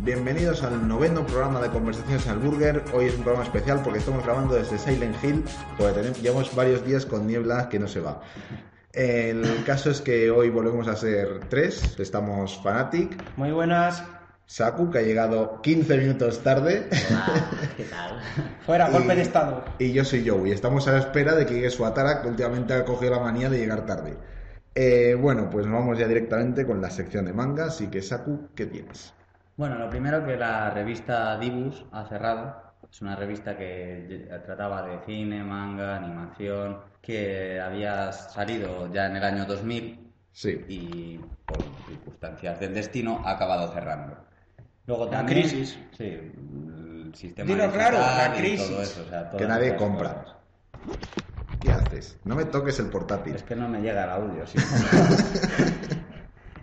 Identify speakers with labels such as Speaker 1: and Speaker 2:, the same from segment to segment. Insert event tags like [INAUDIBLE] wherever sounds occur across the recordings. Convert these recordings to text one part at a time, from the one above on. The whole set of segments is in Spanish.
Speaker 1: Bienvenidos al noveno programa de Conversaciones al Burger. Hoy es un programa especial porque estamos grabando desde Silent Hill, porque tenemos, llevamos varios días con niebla que no se va. El caso es que hoy volvemos a ser tres. Estamos Fanatic,
Speaker 2: Muy buenas.
Speaker 1: Saku, que ha llegado 15 minutos tarde,
Speaker 3: Hola, ¿qué tal?
Speaker 2: Fuera,
Speaker 1: Y-
Speaker 2: golpe de estado.
Speaker 1: y yo soy Joey. Estamos a la espera de que llegue su Atara, que últimamente ha cogido la manía de llegar tarde. Eh, bueno, pues vamos ya directamente con la sección de manga, así que Saku, ¿qué tienes?
Speaker 3: Bueno, lo primero que la revista Dibus ha cerrado. Es una revista que trataba de cine, manga, animación, que había salido ya en el año 2000
Speaker 1: Sí.
Speaker 3: y por circunstancias del destino ha acabado cerrando. Luego
Speaker 2: La
Speaker 3: también-
Speaker 2: crisis.
Speaker 3: Sí, el sistema
Speaker 2: Dilo
Speaker 3: digital
Speaker 2: claro, la
Speaker 3: y
Speaker 2: crisis.
Speaker 3: todo eso, o sea, todas
Speaker 1: Que nadie
Speaker 3: esas
Speaker 1: compra.
Speaker 3: cosas.
Speaker 1: ¿Qué haces? No me toques el portátil.
Speaker 3: Es que no me llega el audio,
Speaker 1: [LAUGHS]
Speaker 3: sí.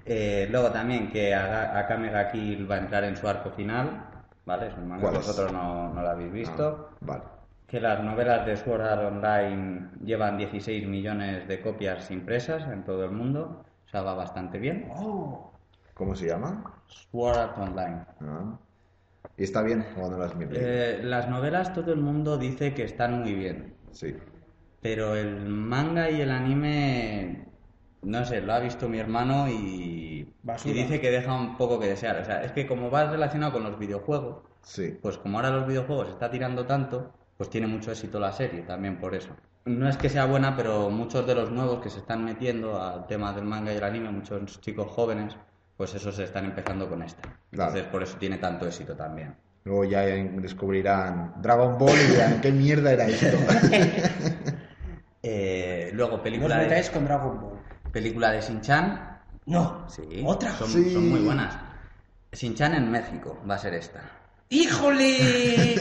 Speaker 3: Eh, luego también que Aga- Akame ga Kill va a entrar en su arco final, ¿vale? Es un manga
Speaker 1: ¿Cuál
Speaker 3: que
Speaker 1: es?
Speaker 3: vosotros no, no lo habéis visto.
Speaker 1: Ah, vale.
Speaker 3: Que las novelas de Sword Art Online llevan 16 millones de copias impresas en todo el mundo. O sea, va bastante bien.
Speaker 2: Oh,
Speaker 1: ¿Cómo se llama?
Speaker 3: Sword Art Online.
Speaker 1: Ah. Y está bien cuando las mil.
Speaker 3: Eh, las novelas todo el mundo dice que están muy bien.
Speaker 1: Sí.
Speaker 3: Pero el manga y el anime, no sé, lo ha visto mi hermano y,
Speaker 2: Basura.
Speaker 3: y dice que deja un poco que desear. O sea, es que como va relacionado con los videojuegos,
Speaker 1: Sí.
Speaker 3: pues como ahora los videojuegos se está tirando tanto, pues tiene mucho éxito la serie también por eso. No es que sea buena, pero muchos de los nuevos que se están metiendo al tema del manga y el anime, muchos chicos jóvenes, pues esos se están empezando con esta. Entonces por eso tiene tanto éxito también.
Speaker 1: Luego ya descubrirán Dragon Ball y dirán, ¿qué mierda era esto? [LAUGHS]
Speaker 3: Eh, luego
Speaker 2: no os
Speaker 3: película
Speaker 2: metáis
Speaker 3: de,
Speaker 2: con Dragon Ball.
Speaker 3: película de Shin-Chan,
Speaker 2: No.
Speaker 3: Sí.
Speaker 2: ¿Otra?
Speaker 3: Son,
Speaker 1: Sí.
Speaker 3: son muy buenas. Sinchan en México va a ser esta.
Speaker 2: ¡Híjole!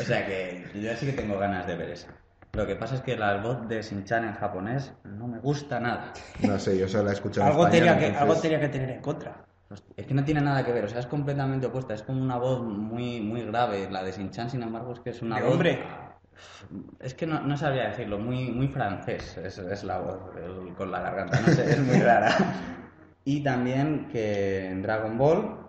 Speaker 3: O sea que yo sí que tengo ganas de ver esa. Lo que pasa es que la voz de Sinchan en japonés no me gusta nada.
Speaker 1: No sé, yo solo la he escuchado en
Speaker 2: algo,
Speaker 1: español,
Speaker 2: tenía que,
Speaker 1: entonces-
Speaker 2: algo tenía que tener en contra.
Speaker 3: Es que no tiene nada que ver, o sea, es completamente opuesta. Es como una voz muy, muy grave. La de Sinchan, sin embargo, es que es una
Speaker 2: De
Speaker 3: voz.
Speaker 2: hombre.
Speaker 3: Es que no, no sabría decirlo, muy, muy francés es, es la voz, el- con la garganta, no sé, es muy rara. Y también que en Dragon Ball,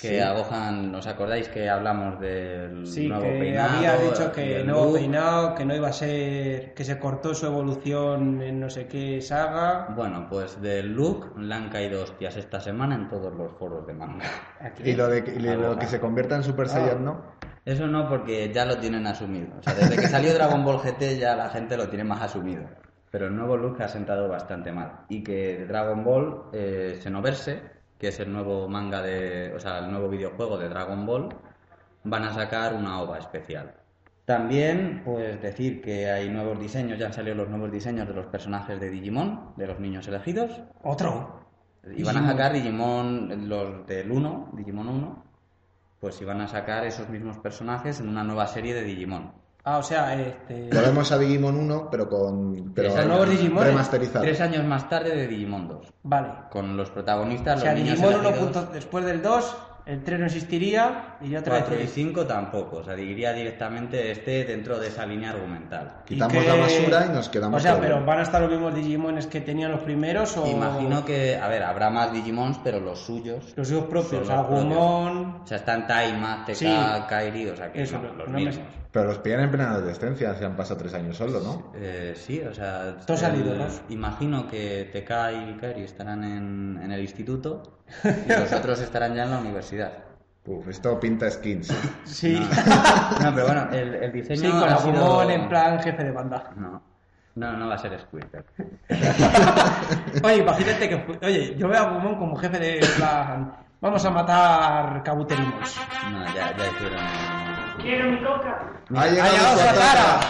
Speaker 3: que
Speaker 1: Sí.
Speaker 3: a Gohan, ¿os acordáis que hablamos del
Speaker 2: Sí,
Speaker 3: nuevo
Speaker 2: que
Speaker 3: Mm, peinado?
Speaker 2: había dicho que
Speaker 3: del
Speaker 2: no
Speaker 3: look?
Speaker 2: peinado, que no iba a ser, que se cortó su evolución en no sé qué saga.
Speaker 3: Bueno, pues del look le han caído hostias esta semana en todos los foros de manga.
Speaker 2: Aquí.
Speaker 1: Y lo de que, y lo que se convierta en
Speaker 3: Ah.
Speaker 1: Super Saiyan, ¿no?
Speaker 3: Eso no, porque ya lo tienen asumido. O sea, desde que salió Dragon Ball GT ya la gente lo tiene más asumido. Pero el nuevo look ha sentado bastante mal. Y que de Dragon Ball eh, Xenoverse, que es el nuevo manga de. O sea, el nuevo videojuego de Dragon Ball, van a sacar una ova especial. También, pues decir que hay nuevos diseños, ya han salido los nuevos diseños de los personajes de Digimon, de los niños elegidos.
Speaker 2: Otro.
Speaker 3: Y van a sacar Digimon, los del 1, Digimon 1, pues iban a sacar esos mismos personajes en una nueva serie de Digimon.
Speaker 2: Ah, o sea, este.
Speaker 1: Volvemos a Digimon 1, pero con. Pero
Speaker 3: Los
Speaker 2: nuevos Digimones.
Speaker 1: remasterizado.
Speaker 3: Tres años más tarde de Digimon 2,
Speaker 2: Vale.
Speaker 3: con los protagonistas,
Speaker 2: O
Speaker 3: los
Speaker 2: sea,
Speaker 3: niños
Speaker 2: Digimon uno
Speaker 3: elegidos,
Speaker 2: punto- después del 2, el 3 no existiría y ya otra
Speaker 3: 4 y
Speaker 2: vez.
Speaker 3: 5 tampoco, o sea, diría directamente este dentro de esa línea argumental.
Speaker 1: Quitamos
Speaker 2: ¿Y
Speaker 1: la
Speaker 2: qué-
Speaker 1: basura y nos quedamos
Speaker 2: O sea,
Speaker 1: con-
Speaker 2: pero van a estar los mismos Digimones que tenían los primeros o.
Speaker 3: Imagino que, a ver, habrá más Digimons, pero los suyos...
Speaker 2: Los suyos propios,
Speaker 3: son los
Speaker 2: Agumon.
Speaker 3: O sea, están Taima, TK,
Speaker 2: Sí.
Speaker 3: Kairi, o sea, que
Speaker 2: Eso,
Speaker 3: no,
Speaker 2: no-
Speaker 3: los
Speaker 2: no me-
Speaker 3: mismos.
Speaker 1: Pero los pillan en plena adolescencia, se han pasado tres años solo, ¿no?
Speaker 3: Eh, sí, o sea,
Speaker 2: Todo
Speaker 3: el-
Speaker 2: salido, ¿no?
Speaker 3: imagino que TK y Kairi estarán en, en el instituto y
Speaker 2: [LAUGHS]
Speaker 3: los otros estarán ya en la universidad.
Speaker 1: Uf, esto pinta skins.
Speaker 2: Sí. [LAUGHS]
Speaker 3: No, pero bueno, el, el diseño
Speaker 2: Sí, con
Speaker 3: ha
Speaker 2: Agumon
Speaker 3: sido-
Speaker 2: en plan jefe de
Speaker 3: [LAUGHS]
Speaker 2: banda.
Speaker 3: No, no, no va a ser Squirtle.
Speaker 2: Oye, imagínate que. fu- Oye, yo veo a Agumon como jefe de en plan. Vamos a matar cabuterinos.
Speaker 3: No, ya, ya hicieron
Speaker 4: Quiero mi coca.
Speaker 1: Ha llegado Satara.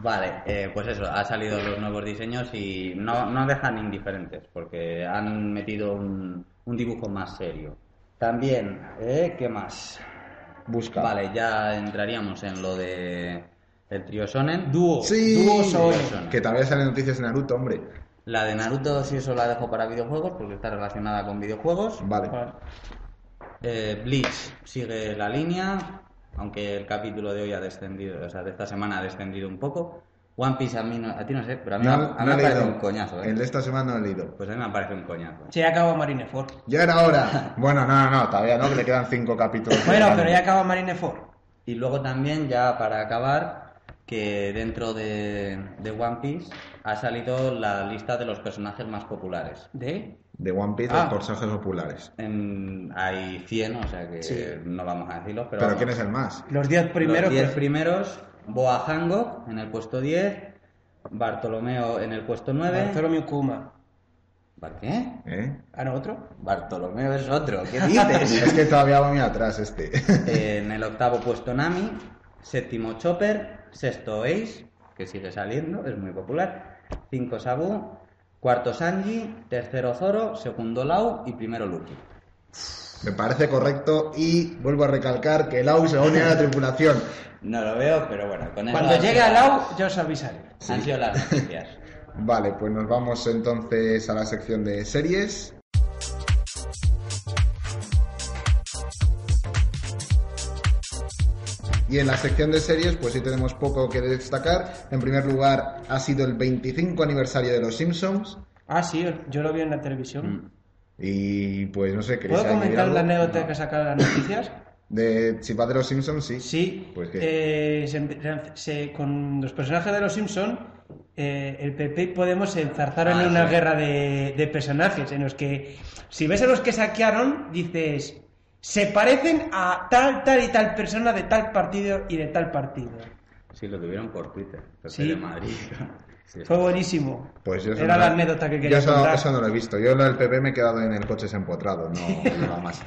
Speaker 3: Vale, eh, pues eso, ha salido los nuevos diseños y no, no dejan indiferentes porque han metido un, un dibujo más serio. También, eh, ¿qué más?
Speaker 1: Busca.
Speaker 3: Vale, ya entraríamos en lo de el trío Sonen.
Speaker 2: Dúo.
Speaker 1: Sí.
Speaker 2: Dúo Sonen.
Speaker 1: Que tal vez salen noticias de Naruto, hombre.
Speaker 3: La de Naruto sí eso la dejo para videojuegos porque está relacionada con videojuegos.
Speaker 1: Vale.
Speaker 2: Vale.
Speaker 3: Eh, Bleach sigue la línea, aunque el capítulo de hoy ha descendido, o sea, de esta semana ha descendido un poco. One Piece a mí no, a ti no sé, pero a mí, me- a mí
Speaker 1: he
Speaker 3: me parece
Speaker 1: leído.
Speaker 3: un coñazo. ¿eh?
Speaker 1: El de esta semana no he leído.
Speaker 3: Pues a mí me parece un coñazo.
Speaker 2: Sí, ya acaba Marineford.
Speaker 1: Ya era
Speaker 3: [LAUGHS]
Speaker 1: hora. Bueno, no, no, no, todavía no, que le quedan cinco capítulos.
Speaker 2: Bueno, pero ya acaba Marineford.
Speaker 3: Y luego también, ya para acabar, que dentro de, de One Piece ha salido la lista de los personajes más populares.
Speaker 2: ¿De?
Speaker 1: De One Piece,
Speaker 2: Ah.
Speaker 1: los personajes populares.
Speaker 3: En- hay 100, o sea que
Speaker 2: Sí.
Speaker 3: no vamos a decirlos, pero...
Speaker 1: Pero
Speaker 3: vamos.
Speaker 1: ¿quién es el más?
Speaker 2: Los 10 primeros.
Speaker 3: Los 10
Speaker 2: pero-
Speaker 3: primeros, Boa Hancock en el puesto 10, Bartolomeo en el puesto 9...
Speaker 2: Bartolomeu Kuma.
Speaker 3: ¿Bar qué?
Speaker 1: ¿Eh?
Speaker 2: ¿Ah, no, otro?
Speaker 3: Bartolomeo es otro, ¿qué dices?
Speaker 2: [LAUGHS]
Speaker 1: Es que todavía va muy atrás este. [LAUGHS]
Speaker 3: en el octavo puesto Nami, séptimo Chopper, sexto Ace, que sigue saliendo, es muy popular, cinco Sabu, cuarto Sanji, tercero Zoro, segundo Lau y primero Luffy.
Speaker 1: Me parece correcto y vuelvo a recalcar que Lau se va a unir a la tripulación.
Speaker 3: No lo veo, pero bueno, con eso
Speaker 2: Cuando
Speaker 3: han
Speaker 2: llegue a
Speaker 3: sido-
Speaker 2: Lau, ya os avisaré.
Speaker 3: han
Speaker 2: [LAUGHS]
Speaker 3: sido las noticias.
Speaker 1: Vale, pues nos vamos entonces a la sección de series. Y en la sección de series, pues sí tenemos poco que destacar. En primer lugar, ha sido el 25 aniversario de los Simpsons.
Speaker 2: Ah, sí, yo lo vi en la
Speaker 3: Mm.
Speaker 2: televisión.
Speaker 1: Y pues no sé, ¿queréis
Speaker 2: ¿Puedo
Speaker 1: añadir
Speaker 2: comentar
Speaker 1: algo?
Speaker 2: la anécdota que sacaron las
Speaker 1: [COUGHS]
Speaker 2: noticias?
Speaker 1: De si va de los Simpsons, sí.
Speaker 2: Sí,
Speaker 1: Pues qué.
Speaker 2: eh, se- se- con los personajes de los Simpson, eh, el PP y Podemos se enzarzaron
Speaker 3: Ah,
Speaker 2: en una
Speaker 3: sí.
Speaker 2: guerra de, de personajes en los que, si ves a los que saquearon, dices, se parecen a tal, tal y tal persona de tal partido y de tal partido.
Speaker 3: Sí, lo tuvieron por Twitter, pero
Speaker 2: Sí.
Speaker 3: de Madrid. [LAUGHS] Sí,
Speaker 2: Fue buenísimo.
Speaker 1: Pues yo eso
Speaker 2: Era
Speaker 1: no-
Speaker 2: la anécdota que
Speaker 1: yo
Speaker 2: quería
Speaker 1: eso,
Speaker 2: contar.
Speaker 1: eso no lo he visto. Yo lo del PP me he quedado en el coche empotrado, no, no va más.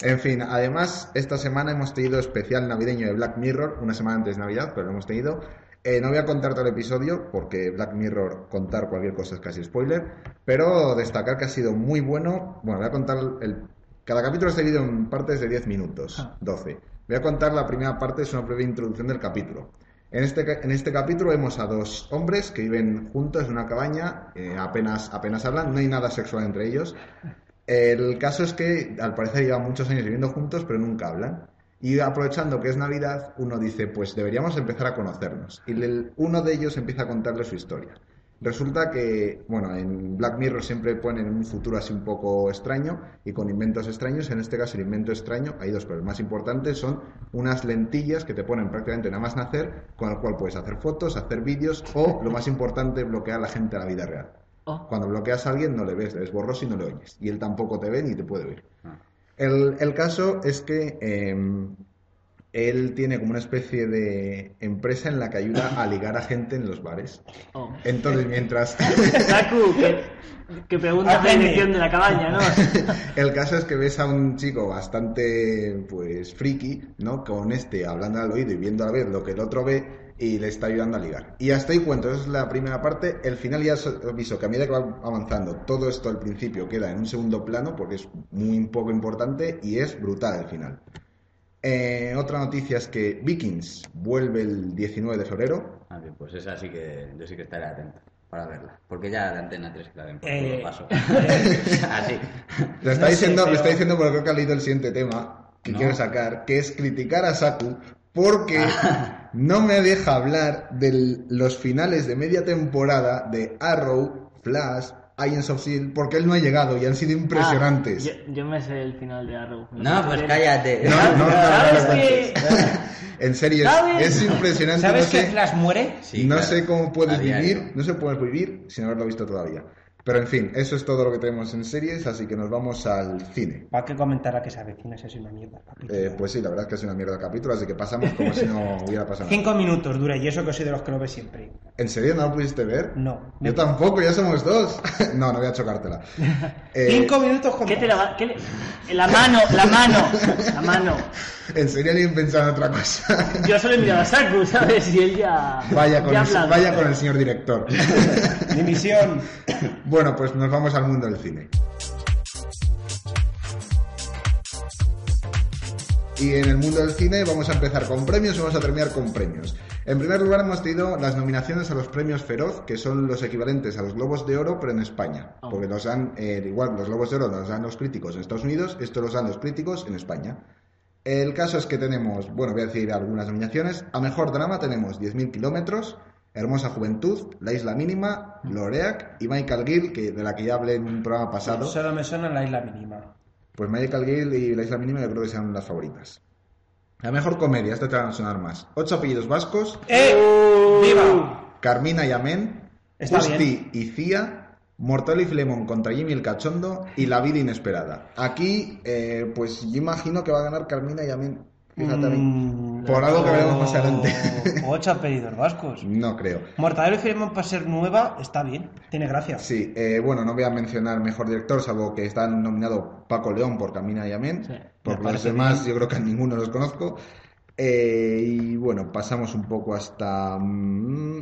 Speaker 1: En fin, además, esta semana hemos tenido especial navideño de Black Mirror, una semana antes de Navidad, pero lo hemos tenido. Eh, no voy a contar todo el episodio, porque Black Mirror, contar cualquier cosa es casi spoiler, pero destacar que ha sido muy bueno. Bueno, voy a contar el... Cada capítulo está dividido en partes de 10 minutos,
Speaker 2: Ah.
Speaker 1: 12. Voy a contar la primera parte, es una breve introducción del capítulo. En este, ca- en este capítulo vemos a dos hombres que viven juntos en una cabaña, eh, apenas, apenas hablan, no hay nada sexual entre ellos. El caso es que al parecer llevan muchos años viviendo juntos, pero nunca hablan. Y aprovechando que es Navidad, uno dice, pues deberíamos empezar a conocernos. Y el- uno de ellos empieza a contarle su historia. Resulta que, bueno, en Black Mirror siempre ponen un futuro así un poco extraño y con inventos extraños. En este caso, el invento extraño, hay dos, pero el más importante son unas lentillas que te ponen prácticamente nada más nacer, con el cual puedes hacer fotos, hacer vídeos o, lo más importante, bloquear a la gente a la vida real.
Speaker 4: Oh,
Speaker 1: Cuando bloqueas a alguien no le ves, le ves borroso y no le oyes. Y él tampoco te ve ni te puede oír.
Speaker 3: Ah.
Speaker 1: El, el caso es que em, él tiene como una especie de empresa en la que ayuda a ligar a gente en los bares. Entonces, mientras...
Speaker 4: Taku, oh. que, que preguntas la
Speaker 2: Aprende.
Speaker 4: dirección de la cabaña,
Speaker 1: [LAUGHS]
Speaker 4: ¿no?
Speaker 1: El caso es que ves a un chico bastante, pues, friki, ¿no? Con este hablando al oído y viendo a la vez lo que el otro ve y le está ayudando a ligar. Y hasta ahí cuento, esa es la primera parte. El final ya os aviso que a medida que va avanzando, todo esto al principio queda en un segundo plano porque es muy poco importante y es brutal el final. Eh, otra noticia es que Vikings vuelve el 19 de febrero.
Speaker 3: Ah, bien, pues esa sí que yo sí que estaré atento para verla, porque ya de Antena 3 que la ven por
Speaker 2: Eh,
Speaker 3: culo, paso. Ah, Así.
Speaker 1: Lo está,
Speaker 2: No sé,
Speaker 1: diciendo, lo
Speaker 2: pero-
Speaker 1: está diciendo porque creo que ha leído el siguiente tema que
Speaker 3: No.
Speaker 1: quiero sacar, que es criticar a Saku porque
Speaker 2: [LAUGHS]
Speaker 1: no me deja hablar de los finales de media temporada de Arrow, Flash, Agents of S.H.I.E.L.D. E porque él no ha llegado y han sido impresionantes.
Speaker 4: Ah, yo, yo me sé el final de Arrow.
Speaker 3: No, pues cállate.
Speaker 1: No, no, no, no,
Speaker 4: ¿Sabes
Speaker 1: no, no, no.
Speaker 4: qué?
Speaker 1: En serio, es-
Speaker 4: ¿Sabes?
Speaker 1: es impresionante.
Speaker 2: ¿Sabes
Speaker 1: no
Speaker 2: que
Speaker 1: sé-
Speaker 2: Flash muere?
Speaker 3: Sí,
Speaker 1: no
Speaker 3: claro. Ah,
Speaker 1: sé cómo puedes
Speaker 3: A diario.
Speaker 1: vivir, no se puede vivir sin haberlo visto todavía. Pero en fin, eso es todo lo que tenemos en series, así que nos vamos al cine.
Speaker 2: ¿Para qué comentar a que esa vecina es una mierda? papi?
Speaker 1: Eh, pues sí, la
Speaker 2: [LAUGHS]
Speaker 1: verdad es que es una mierda el capítulo, así que pasamos como si no hubiera pasado nada.
Speaker 2: Cinco minutos dura y eso que soy de los que lo ve siempre.
Speaker 1: ¿En serio no lo pudiste ver?
Speaker 2: No.
Speaker 1: Yo tampoco, ya somos dos. [LAUGHS] no, no voy a chocártela. [LAUGHS] Eh,
Speaker 2: Cinco minutos con.
Speaker 4: ¿Qué te la, qué le- la mano, la mano, la mano.
Speaker 1: ¿En serio alguien pensaba en otra cosa?
Speaker 4: Yo solo he mirado a Saku, ¿sabes? Y él ya.
Speaker 1: Vaya con,
Speaker 4: ya ha
Speaker 1: el,
Speaker 4: hablado.
Speaker 1: vaya con el señor director.
Speaker 2: Mi misión.
Speaker 1: [LAUGHS] bueno, pues nos vamos al mundo del cine. Y en el mundo del cine vamos a empezar con premios y vamos a terminar con premios. En primer lugar hemos tenido las nominaciones a los premios Feroz, que son los equivalentes a los Globos de Oro, pero en España.
Speaker 4: Ah.
Speaker 1: Porque los dan, eh, igual, los Globos de Oro los dan los críticos en Estados Unidos, estos los dan los críticos en España. El caso es que tenemos, bueno, voy a decir algunas nominaciones. A mejor drama tenemos 10.000 kilómetros, Hermosa Juventud, La Isla Mínima, Loreac y Michael Gill, que, de la que ya hablé en un programa pasado.
Speaker 2: Solo me suena la isla mínima.
Speaker 1: Pues Michael Gill y La Isla Mínima yo creo que sean las favoritas. La mejor comedia, esta te van a sonar más. Ocho apellidos vascos,
Speaker 2: ¡Eh! ¡Viva!
Speaker 1: Carmina y Amén,
Speaker 2: Está
Speaker 1: Justi
Speaker 2: bien.
Speaker 1: y Cía, Mortal y Filemón contra Jimmy el Cachondo y La Vida Inesperada. Aquí, eh, pues yo imagino que va a ganar Carmina y Amén. Fíjate a mí.
Speaker 2: Mm,
Speaker 1: Por algo que veremos más
Speaker 2: o-
Speaker 1: adelante.
Speaker 2: [LAUGHS] Ocho apellidos vascos.
Speaker 1: No creo.
Speaker 2: Mortadelo y Filemón para ser nueva está bien. Tiene gracia.
Speaker 1: Sí, eh, bueno, no voy a mencionar mejor director, salvo que está nominado Paco León por Camina y Amén.
Speaker 4: Sí,
Speaker 1: porque
Speaker 2: me
Speaker 1: los
Speaker 2: parece
Speaker 1: demás yo creo que a ninguno los conozco. Eh, y bueno, pasamos un poco hasta... mm,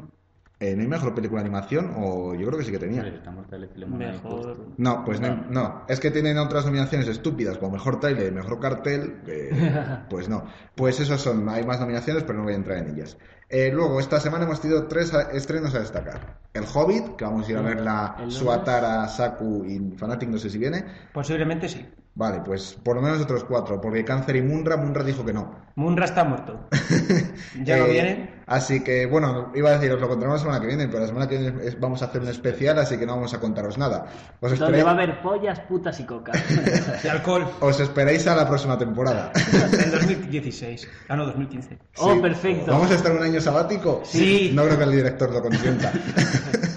Speaker 1: eh, ¿No hay mejor película de animación? O yo creo que sí que tenía.
Speaker 3: Está Mortal y Filemón ahí
Speaker 4: Mejor.
Speaker 3: justo.
Speaker 1: No, pues no. no. Es que tienen otras nominaciones estúpidas, como mejor trailer, mejor cartel.
Speaker 4: [LAUGHS]
Speaker 1: eh, pues no. Pues esos son. Hay más nominaciones, pero no voy a entrar en ellas. Eh, luego, esta semana hemos tenido tres a- estrenos a destacar: El Hobbit, que vamos a ir a ver la
Speaker 4: El lunes.
Speaker 1: Suatara, Saku y Fanatic, no sé si viene.
Speaker 2: Posiblemente sí.
Speaker 1: Vale, pues por lo menos otros cuatro, porque Cáncer y Munra, Munra dijo que no.
Speaker 2: Munra está muerto. ¿Ya no
Speaker 1: Eh,
Speaker 2: viene?
Speaker 1: Así que, bueno, iba a decir, os lo contaremos la semana que viene, pero la semana que viene es- vamos a hacer un especial, así que no vamos a contaros nada. Os
Speaker 4: Donde
Speaker 1: esperáis,
Speaker 4: va a haber pollas, putas y coca.
Speaker 2: De
Speaker 1: [LAUGHS]
Speaker 2: alcohol.
Speaker 1: os esperáis a la próxima temporada.
Speaker 2: En 2016. Ah, no, 2015.
Speaker 4: [LAUGHS] Oh,
Speaker 1: Sí.
Speaker 4: perfecto.
Speaker 1: ¿Vamos a estar un año sabático?
Speaker 2: Sí.
Speaker 1: No creo que el director lo consienta. [LAUGHS]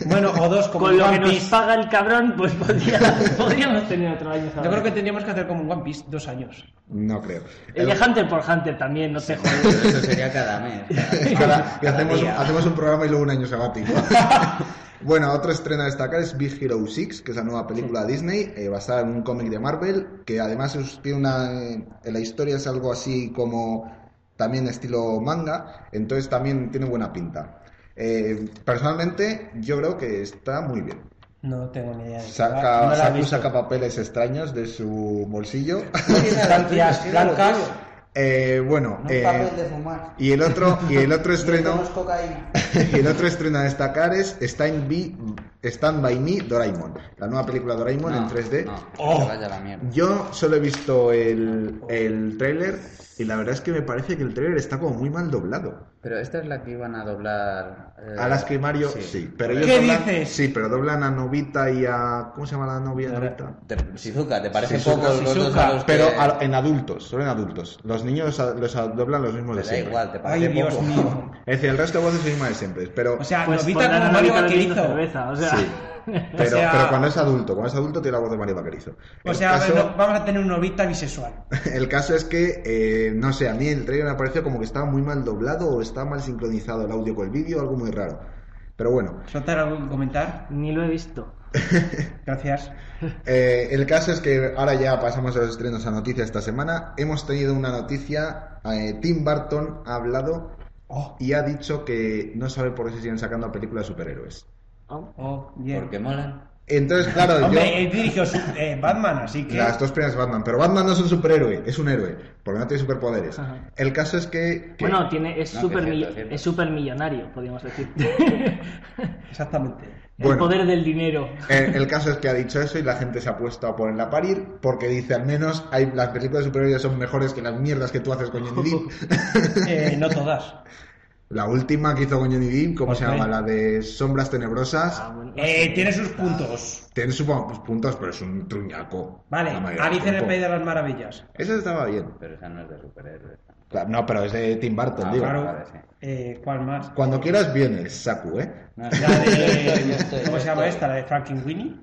Speaker 2: Bueno, o dos, como
Speaker 4: Con lo que
Speaker 2: One
Speaker 4: nos
Speaker 2: Piece.
Speaker 4: paga el cabrón, pues podría- [LAUGHS] podríamos tener otro año.
Speaker 2: Yo creo que tendríamos que hacer como un One Piece, dos años.
Speaker 1: no creo.
Speaker 4: El de Hunter por Hunter también, no te jodas.
Speaker 3: Pero Eso sería cada mes.
Speaker 4: [LAUGHS]
Speaker 3: cada-
Speaker 1: Ahora, [LAUGHS] que
Speaker 3: cada
Speaker 1: hacemos,
Speaker 3: día.
Speaker 1: hacemos un programa y luego un año sabático. [LAUGHS] bueno, otro estreno a destacar es Big Hero 6, que es la nueva película de Disney, eh, basada en un cómic de Marvel, que además es- tiene una... eh, la historia es algo así como también estilo manga, entonces también tiene buena pinta. Eh, personalmente, yo creo que está muy bien.
Speaker 2: No tengo ni idea. De qué va.
Speaker 3: Ah,
Speaker 1: Saca,
Speaker 2: No la he
Speaker 1: Saku
Speaker 2: visto.
Speaker 1: saca papeles extraños de su bolsillo. [LAUGHS]
Speaker 2: Sustancias blancas.
Speaker 1: Eh, bueno,
Speaker 3: No
Speaker 1: eh,
Speaker 3: papel de fumar.
Speaker 1: y el otro y el
Speaker 3: [LAUGHS]
Speaker 1: otro [LAUGHS]
Speaker 3: Y
Speaker 1: estreno
Speaker 3: esto no es cocaína.
Speaker 1: [LAUGHS] y el otro estreno a destacar es Stand, Be- Stand by Me Doraemon, la nueva película Doraemon en
Speaker 3: No,
Speaker 1: 3D.
Speaker 3: no,
Speaker 2: Oh.
Speaker 3: que vaya la mierda.
Speaker 1: Yo solo he visto el, el tráiler y la verdad es que me parece que el tráiler está como muy mal doblado.
Speaker 3: Pero esta es la que iban a doblar. eh,
Speaker 1: A las que Mario sí, pero ellos
Speaker 2: ¿Qué
Speaker 1: doblan-
Speaker 2: dices?
Speaker 1: sí, pero doblan a Novita y a ¿cómo se llama la novia de Novita?
Speaker 3: Te- Shizuka, ¿te parece
Speaker 1: Shizuka,
Speaker 3: poco los dos
Speaker 2: Shizuka,
Speaker 3: a los que-
Speaker 1: Pero a- en adultos, solo en adultos. Los niños a- los a- doblan los mismos
Speaker 3: Te
Speaker 1: de
Speaker 3: da
Speaker 1: siempre.
Speaker 3: igual, te parece
Speaker 2: Ay, Dios
Speaker 3: poco.
Speaker 2: mío.
Speaker 1: Es decir, el resto de voces son las mismas de siempre. Pero,
Speaker 2: O sea,
Speaker 4: Pues
Speaker 2: Novita
Speaker 4: pondrán
Speaker 2: como
Speaker 4: a
Speaker 2: Mario
Speaker 4: Novita bebiendo
Speaker 2: Vaquerizo.
Speaker 4: cerveza, o sea.
Speaker 2: [LAUGHS]
Speaker 1: Sí. pero,
Speaker 2: sea-
Speaker 1: pero cuando es adulto, cuando es adulto tiene la voz de Mario Vaquerizo.
Speaker 2: O
Speaker 1: El
Speaker 2: sea, a ver,
Speaker 1: caso-
Speaker 2: no- vamos a tener un Novita bisexual.
Speaker 1: [LAUGHS] El caso es que, eh, no sé, a mí el trailer me ha parecido como que estaba muy mal doblado o estaba mal sincronizado el audio con el vídeo, algo muy raro. Pero bueno,
Speaker 2: ¿Soltar algo que comentar?
Speaker 4: Ni lo he visto.
Speaker 2: Gracias.
Speaker 1: eh, el caso es que ahora ya pasamos a los estrenos a noticias esta semana. Hemos tenido una noticia, eh, Tim Burton ha hablado
Speaker 2: Oh,
Speaker 1: y ha dicho que no sabe por qué se siguen sacando películas de superhéroes.
Speaker 4: Oh.
Speaker 2: oh, bien.
Speaker 3: [LAUGHS] Porque molan.
Speaker 1: Entonces, claro, yo...
Speaker 2: Hombre, él dirigió su- eh, Batman, así que.
Speaker 1: Las dos primeras Batman, pero Batman no es un superhéroe, es un héroe, porque no tiene superpoderes.
Speaker 4: Ajá.
Speaker 1: El caso es que... que-
Speaker 4: Bueno, tiene, es
Speaker 3: No, que
Speaker 4: súper
Speaker 3: es cierto,
Speaker 4: mi-
Speaker 3: es cierto.
Speaker 4: es súper millonario, podríamos
Speaker 3: [LAUGHS]
Speaker 4: decir.
Speaker 2: Exactamente.
Speaker 4: El
Speaker 1: Bueno.
Speaker 4: poder del dinero.
Speaker 1: Eh, El, caso es que ha dicho eso y la gente se ha puesto a ponerla a parir porque dice al menos hay, las películas de superhéroes son mejores que las mierdas que tú haces con Johnny Depp.
Speaker 2: Eh, no todas.
Speaker 4: [LAUGHS]
Speaker 1: la última que hizo con Johnny Depp, ¿cómo se
Speaker 2: Ok.
Speaker 1: llama? La de Sombras Tenebrosas.
Speaker 4: Ah, bueno, no
Speaker 2: Eh,
Speaker 4: sé.
Speaker 2: tiene sus puntos.
Speaker 1: Tiene supongo pues, puntos, pero es un truñaco.
Speaker 2: Vale,
Speaker 1: la mayoría del
Speaker 2: Alicia en el
Speaker 1: tiempo.
Speaker 2: País de las Maravillas.
Speaker 1: Esa estaba bien.
Speaker 3: Pero esa no es de superhéroes.
Speaker 1: Claro, No, pero es de Tim Burton,
Speaker 3: Ah,
Speaker 1: digo.
Speaker 2: Claro.
Speaker 3: vale, sí.
Speaker 2: Eh, ¿Cuál más?
Speaker 1: Cuando quieras vienes, Saku, ¿eh?
Speaker 3: No,
Speaker 2: La
Speaker 3: [LAUGHS] yo estoy, yo
Speaker 2: de.
Speaker 3: estoy,
Speaker 2: [LAUGHS] ¿Cómo
Speaker 3: yo
Speaker 2: se llama
Speaker 3: estoy.
Speaker 2: esta? La de Franklin Winnie.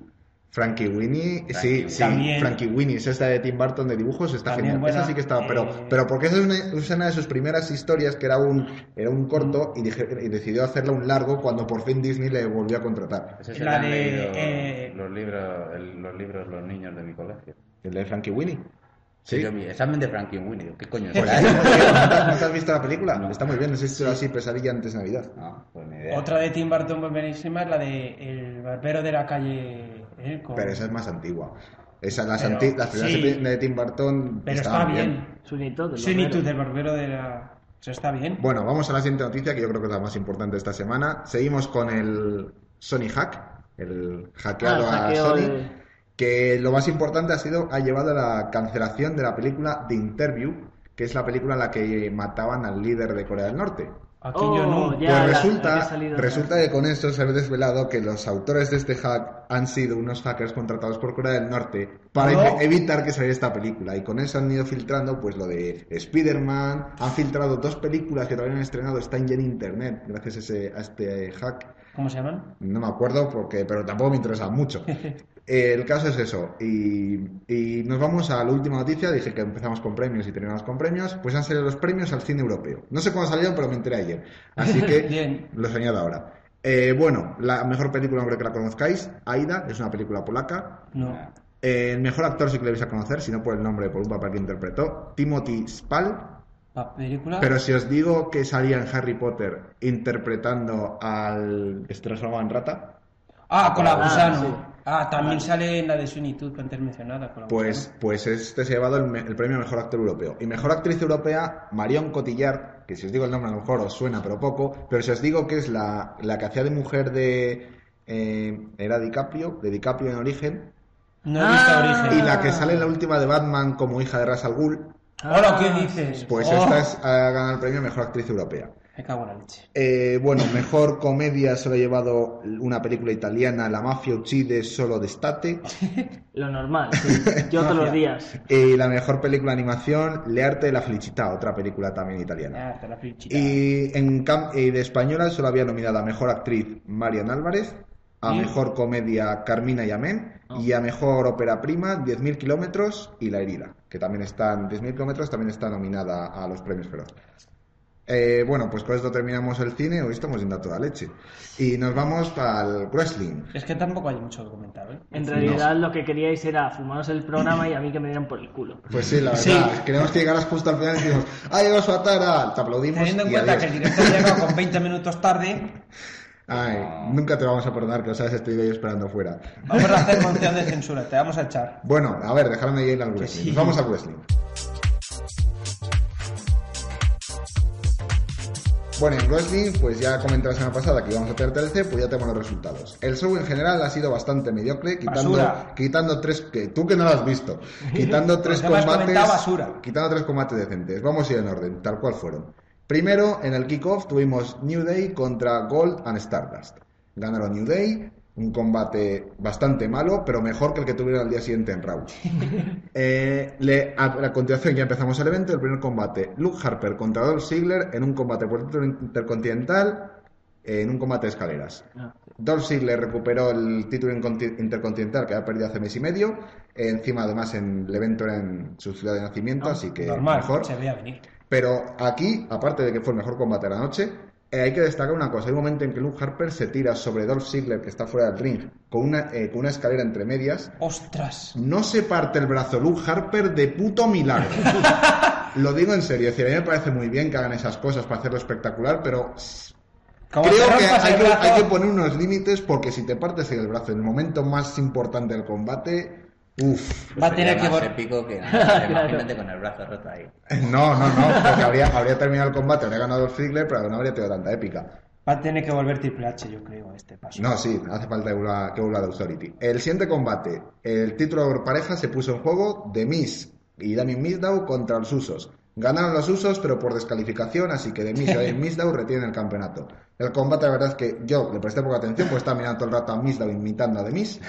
Speaker 1: Frankie Winnie, sí,
Speaker 3: Frankie
Speaker 1: sí,
Speaker 2: Winnie.
Speaker 1: Frankie Winnie es esta de Tim Burton de dibujos, está
Speaker 2: También
Speaker 1: genial.
Speaker 2: buena.
Speaker 1: Esa sí que estaba, pero,
Speaker 2: Eh,
Speaker 1: pero porque esa es una, es una de sus primeras historias que era un, era un
Speaker 2: Mm.
Speaker 1: corto y, dije- y decidió hacerla un largo cuando por fin Disney le volvió a contratar.
Speaker 5: Ese
Speaker 2: La
Speaker 5: se lo han
Speaker 2: de,
Speaker 5: leído
Speaker 2: eh,
Speaker 5: los, libros, el- los libros, los niños de mi colegio.
Speaker 1: El de Frankie Winnie.
Speaker 3: Sí.
Speaker 1: Sí.
Speaker 3: Yo, mi examen de Frankie Winnie, digo, ¿qué coño es
Speaker 1: Pues,
Speaker 3: [LAUGHS] eso?
Speaker 1: ¿No te has- no te has visto la película?
Speaker 3: No.
Speaker 1: Está muy bien, es esto así, pesadilla antes de Navidad.
Speaker 3: No, pues ni idea.
Speaker 2: Otra de Tim Burton buenísima es la de El barbero de la calle. ¿eh? Con-
Speaker 1: Pero esa es más antigua. Esa, las,
Speaker 2: Pero,
Speaker 1: anti- las primeras
Speaker 2: sí.
Speaker 1: de Tim Burton
Speaker 2: Pero
Speaker 1: estaban
Speaker 2: está bien.
Speaker 4: Sunitud del
Speaker 2: Sinitud
Speaker 4: barbero.
Speaker 2: del barbero de la. Eso está bien.
Speaker 1: Bueno, vamos a la siguiente noticia, que yo creo que es la más importante de esta semana. Seguimos con el Sony Hack, el hackeado
Speaker 4: Ah, el
Speaker 1: a
Speaker 4: hackeo
Speaker 1: Sony,
Speaker 4: de-
Speaker 1: que lo más importante ha sido, ha llevado a la cancelación de la película The Interview, que es la película en la que mataban al líder de Corea del Norte.
Speaker 2: Aquí
Speaker 4: Oh,
Speaker 2: yo no.
Speaker 4: Ya, la-
Speaker 1: pues
Speaker 4: la
Speaker 1: resulta,
Speaker 4: que ha salido,
Speaker 1: resulta
Speaker 4: ya.
Speaker 1: que con esto se ha desvelado que los autores de este hack han sido unos hackers contratados por Corea del Norte para
Speaker 2: No.
Speaker 1: evi- evitar que saliera esta película. Y con eso han ido filtrando pues lo de Spider-Man, han filtrado dos películas que todavía no han estrenado, están ya en internet gracias a, ese- a este hack.
Speaker 2: ¿Cómo se llaman?
Speaker 1: No me acuerdo, porque, pero tampoco me interesa mucho. Eh, El caso es eso. Y, y nos vamos a la última noticia. Dije que empezamos con premios y terminamos con premios. Pues han salido los premios al cine europeo. No sé cuándo salieron, pero me enteré ayer. Así que
Speaker 2: Bien.
Speaker 1: los añado ahora. Eh, bueno, la mejor película, hombre, que la conozcáis, Aida, es una película polaca.
Speaker 2: No.
Speaker 1: Eh, el mejor actor sí que le vais a conocer, si no por el nombre, por un papel que interpretó, Timothy Spall.
Speaker 2: ¿La película?
Speaker 1: Pero si os digo que salía en Harry Potter interpretando al... que se transformaba en rata,
Speaker 2: Ah, con la
Speaker 4: Ah,
Speaker 2: gusano.
Speaker 4: sí.
Speaker 2: Ah, también sale en la de Sunitud, que antes mencionada. Con la
Speaker 1: Pues, pues este se ha llevado el, me- el premio a Mejor Actor Europeo. Y Mejor Actriz Europea, Marion Cotillard, que si os digo el nombre a lo mejor os suena pero poco, pero si os digo que es la, la que hacía de mujer de... eh, era DiCaprio, de DiCaprio en origen,
Speaker 2: gusano. No he visto
Speaker 4: Ah.
Speaker 1: y
Speaker 2: origen.
Speaker 1: la que sale en la última de Batman como hija de Ra's al Ghul,
Speaker 2: Hola, ¿qué
Speaker 4: Ah,
Speaker 2: dices?
Speaker 1: pues
Speaker 2: Oh,
Speaker 1: esta es, ha ganado el premio a Mejor Actriz Europea.
Speaker 2: Me cago en la leche.
Speaker 1: Eh, bueno, mejor comedia se lo ha llevado una película italiana, La Mafia Uccide Solo d'Estate.
Speaker 4: Lo normal, sí.
Speaker 3: [LAUGHS]
Speaker 4: Yo todos los días.
Speaker 1: Y Eh, la mejor película de animación, Learte de la Felicità, otra película también italiana.
Speaker 2: Ah, te la pinchita.
Speaker 1: Y, en cam- y de española solo había nominada a mejor actriz Marian Álvarez, a
Speaker 2: ¿Y? Ah.
Speaker 1: mejor comedia Carmina Yamén y a mejor ópera prima 10.000 kilómetros y La herida, que también están 10.000 kilómetros también está nominada a los premios Feroz. Eh, bueno, pues con esto terminamos el cine, hoy estamos yendo a toda leche. Y nos vamos al wrestling.
Speaker 2: Es que tampoco hay mucho que comentar, ¿eh?
Speaker 4: En realidad lo que queríais era fumaros el programa y a mí que me dieran por el culo.
Speaker 1: Pues sí, la verdad,
Speaker 2: Sí.
Speaker 1: es que creemos que llegarás justo al final y decimos, "Ah, ¡ha llegado Suatara! Te aplaudimos
Speaker 2: Teniendo en
Speaker 1: y
Speaker 2: cuenta
Speaker 1: adiós.
Speaker 2: que el director ha
Speaker 1: [LAUGHS]
Speaker 2: llegado con 20 minutos tarde,
Speaker 1: Ay, nunca te vamos a perdonar que os habéis estado ahí esperando fuera.
Speaker 2: vamos a hacer montón de censura, te vamos a echar.
Speaker 1: Bueno, a ver, dejadme ir al wrestling.
Speaker 2: sí.
Speaker 1: Nos Vamos al wrestling. Bueno, en wrestling, pues ya comenté la semana pasada que íbamos a tener TLC, pues ya tenemos los resultados. El show en general ha sido bastante mediocre, quitando,
Speaker 2: Basura.
Speaker 1: quitando tres, que tú que no lo has
Speaker 2: [LAUGHS]
Speaker 1: visto, quitando tres
Speaker 2: Porque me has
Speaker 1: combates,
Speaker 2: comentado basura.
Speaker 1: quitando tres combates decentes. Vamos a ir en orden, tal cual fueron. Primero, en el kickoff tuvimos New Day contra Gold and Stardust. Ganaron New Day, un combate bastante malo, pero mejor que el que tuvieron al día siguiente en
Speaker 2: [LAUGHS]
Speaker 1: Raw. Eh, le- a, a continuación ya empezamos el evento, el primer combate. Luke Harper contra Dolph Ziggler en un combate por el título intercontinental, eh, en un combate de escaleras.
Speaker 4: Ah.
Speaker 1: Dolph Ziggler recuperó el título inconti- intercontinental que había perdido hace mes y medio. Eh, encima, además, en el evento era en su ciudad de nacimiento, así que
Speaker 2: Normal,
Speaker 1: Eh, mejor.
Speaker 2: se veía venir.
Speaker 1: Pero aquí, aparte de que fue el mejor combate de la noche, eh, hay que destacar una cosa. Hay un momento en que Luke Harper se tira sobre Dolph Ziggler, que está fuera del ring, con una, eh, con una escalera entre medias.
Speaker 2: ¡Ostras!
Speaker 1: No se parte el brazo Luke Harper de puto milagro. Lo digo en serio, es decir, a mí me parece muy bien que hagan esas cosas para hacerlo espectacular, pero
Speaker 2: Como te
Speaker 1: creo que
Speaker 2: rompas
Speaker 1: hay,
Speaker 2: el
Speaker 1: que
Speaker 2: brazo,
Speaker 1: hay que poner unos límites porque si te partes el brazo en el momento más importante del combate, uff.
Speaker 4: Pues
Speaker 2: va a tener que...
Speaker 3: más
Speaker 2: vol-
Speaker 3: Pues
Speaker 2: [LAUGHS]
Speaker 3: épico que nada, imagínate con el brazo roto ahí.
Speaker 1: eh, No, no, no, porque habría, habría terminado el combate, habría ganado el Ziggler, pero no habría tenido tanta épica.
Speaker 2: Va a tener que volver Triple H, yo creo, a este paso.
Speaker 1: No, sí, hace falta que vuelva, que vuelva de Authority. El siguiente combate, el título por pareja se puso en juego de Miss y Damien Mizdow contra los Usos. Ganaron los Usos, pero por descalificación, así que de Miss y Damien Mizdow retienen el campeonato. El combate, la verdad es que yo le presté poca atención, pues estaba mirando todo el rato a Mizdow imitando a The Miss.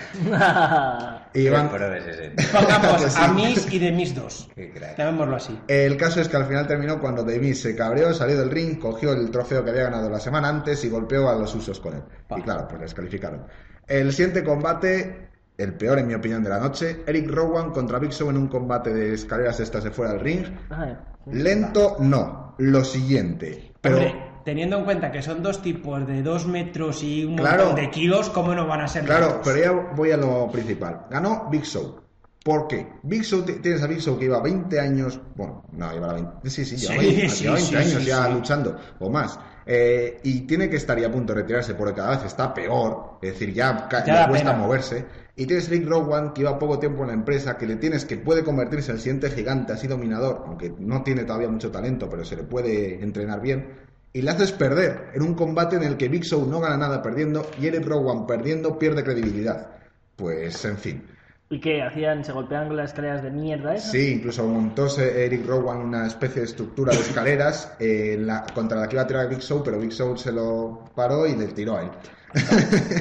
Speaker 1: Y van-
Speaker 3: Pero es ese, tío.
Speaker 1: Que
Speaker 2: [LAUGHS] Pongamos
Speaker 1: [LAUGHS] sí.
Speaker 2: a Miss y de Miss 2.
Speaker 3: Qué crack.
Speaker 2: Llamémoslo así.
Speaker 1: El caso es que al final terminó cuando Davis se cabreó, salió del ring, cogió el trofeo que había ganado la semana antes y golpeó a los usos con él. Y claro, pues les calificaron. El siguiente combate, el peor, en mi opinión, de la noche. Eric Rowan contra Big Show en un combate de escaleras estas de fuera del ring.
Speaker 4: ah, eh.
Speaker 1: Lento, no. Lo siguiente. Pero
Speaker 2: Hombre, teniendo en cuenta que son dos tipos de dos metros y un
Speaker 1: Claro.
Speaker 2: montón de kilos, ¿cómo no van a ser
Speaker 1: Claro,
Speaker 2: lentos?
Speaker 1: pero ya voy a lo principal. Ganó Big Show. ¿Por qué? Big Show, t- tienes a Big Show que lleva 20 años, bueno, no, lleva la 20, sí, sí, lleva
Speaker 2: Sí,
Speaker 1: 20,
Speaker 2: sí,
Speaker 1: lleva
Speaker 2: sí,
Speaker 1: 20 años
Speaker 2: sí,
Speaker 1: ya
Speaker 2: sí.
Speaker 1: luchando, o más. Eh, y tiene que estar ya a punto de retirarse porque cada vez está peor, es decir, ya, ca-
Speaker 2: Ya
Speaker 1: le
Speaker 2: da
Speaker 1: cuesta
Speaker 2: pena.
Speaker 1: moverse. Y tienes Rick Rowan, que lleva poco tiempo en la empresa, que le tienes que puede convertirse en el siguiente gigante, así dominador, aunque no tiene todavía mucho talento, pero se le puede entrenar bien. Y le haces perder en un combate en el que Big Show no gana nada perdiendo y Eric Rowan perdiendo pierde credibilidad. Pues, en fin.
Speaker 6: ¿Y qué? ¿Hacían? ¿Se golpeaban con las escaleras de mierda esas?
Speaker 1: Sí, incluso montó se- Eric Rowan una especie de estructura de escaleras eh, la- contra la que iba a tirar Big Show, pero Big Show se lo paró y le tiró a él.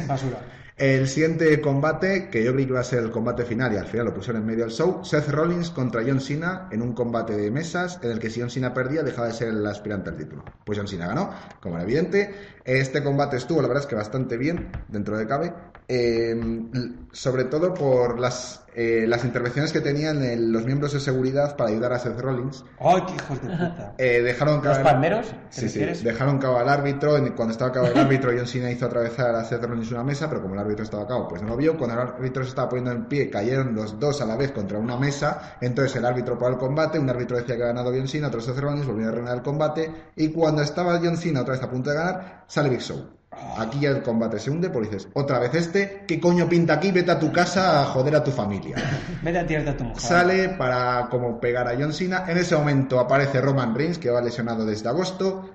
Speaker 2: Basura.
Speaker 1: El siguiente combate, que yo creí que iba a ser el combate final y al final lo pusieron en medio del show, Seth Rollins contra John Cena en un combate de mesas en el que si John Cena perdía dejaba de ser el aspirante al título. Pues John Cena ganó, como era evidente. Este combate estuvo, la verdad es que bastante bien, dentro de cabe, eh, l- sobre todo por las, eh, las intervenciones que tenían el- los miembros de seguridad para ayudar a Seth Rollins.
Speaker 2: ¡Ay, qué hijos
Speaker 1: [LAUGHS]
Speaker 2: de puta!
Speaker 1: Eh, dejaron
Speaker 2: ¿Los
Speaker 1: caer-
Speaker 2: palmeros? ¿Te
Speaker 1: Sí, sí.
Speaker 2: refieres?
Speaker 1: Dejaron cabo al árbitro. en- Cuando estaba cabo el árbitro, John Cena hizo atravesar a Seth Rollins una mesa, pero como el árbitro estaba a cabo, pues no lo vio. Cuando el árbitro se estaba poniendo en pie, cayeron los dos a la vez contra una mesa. Entonces el árbitro paró el combate. Un árbitro decía que ha ganado John Cena, otro Seth Rollins, volvió a reinar el combate. Y cuando estaba John Cena otra vez a punto de ganar, sale Big Show. Aquí ya el combate se hunde, porque dices, otra vez este, ¿qué coño pinta aquí? Vete a tu casa a joder a tu familia.
Speaker 2: Vete a tirarte a tu mujer.
Speaker 1: Sale para como pegar a John Cena. En ese momento aparece Roman Reigns, que va lesionado desde agosto.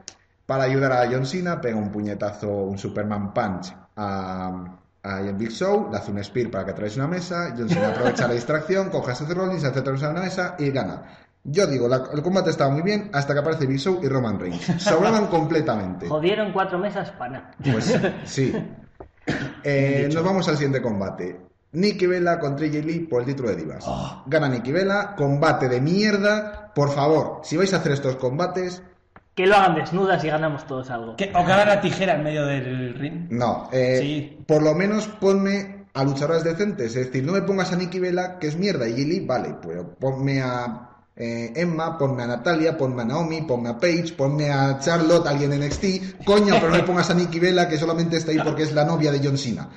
Speaker 1: Para ayudar a John Cena, pega un puñetazo, un Superman Punch a, a Big Show, le hace un spear para que atraviese una mesa. John Cena aprovecha la distracción, [LAUGHS] coge a Seth Rollins, hace atravesar una mesa y gana. Yo digo, la- el combate estaba muy bien hasta que aparece Big Show y Roman Reigns. Sobraban [LAUGHS] completamente.
Speaker 6: Jodieron cuatro mesas para nada.
Speaker 1: Pues sí. Eh, nos vamos al siguiente combate. Nikki Vela contra AJ Lee por el título de Divas. Gana Nikki Vela, combate de mierda. Por favor, si vais a hacer estos combates,
Speaker 6: Que lo hagan desnudas y ganamos todos algo.
Speaker 2: Que- O que haga la tijera en medio del ring.
Speaker 1: no. eh,
Speaker 2: Sí.
Speaker 1: Por lo menos ponme a luchadoras decentes. Es decir, no me pongas a Nikki Vela, que es mierda. AJ Lee, vale, pues ponme a eh, Emma, ponme a Natalia, ponme a Naomi, ponme a Paige, ponme a Charlotte, alguien en NXT. Coño, pero no me pongas a Nikki Vela, que solamente está ahí porque es la novia de John Cena.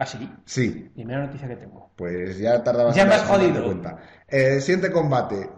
Speaker 2: Así.
Speaker 1: Sí,
Speaker 2: Ah, Primera noticia que tengo.
Speaker 1: Pues ya tardaba
Speaker 2: Ya me has
Speaker 1: bastante en
Speaker 2: jodido.
Speaker 1: darte cuenta. Eh, siguiente combate.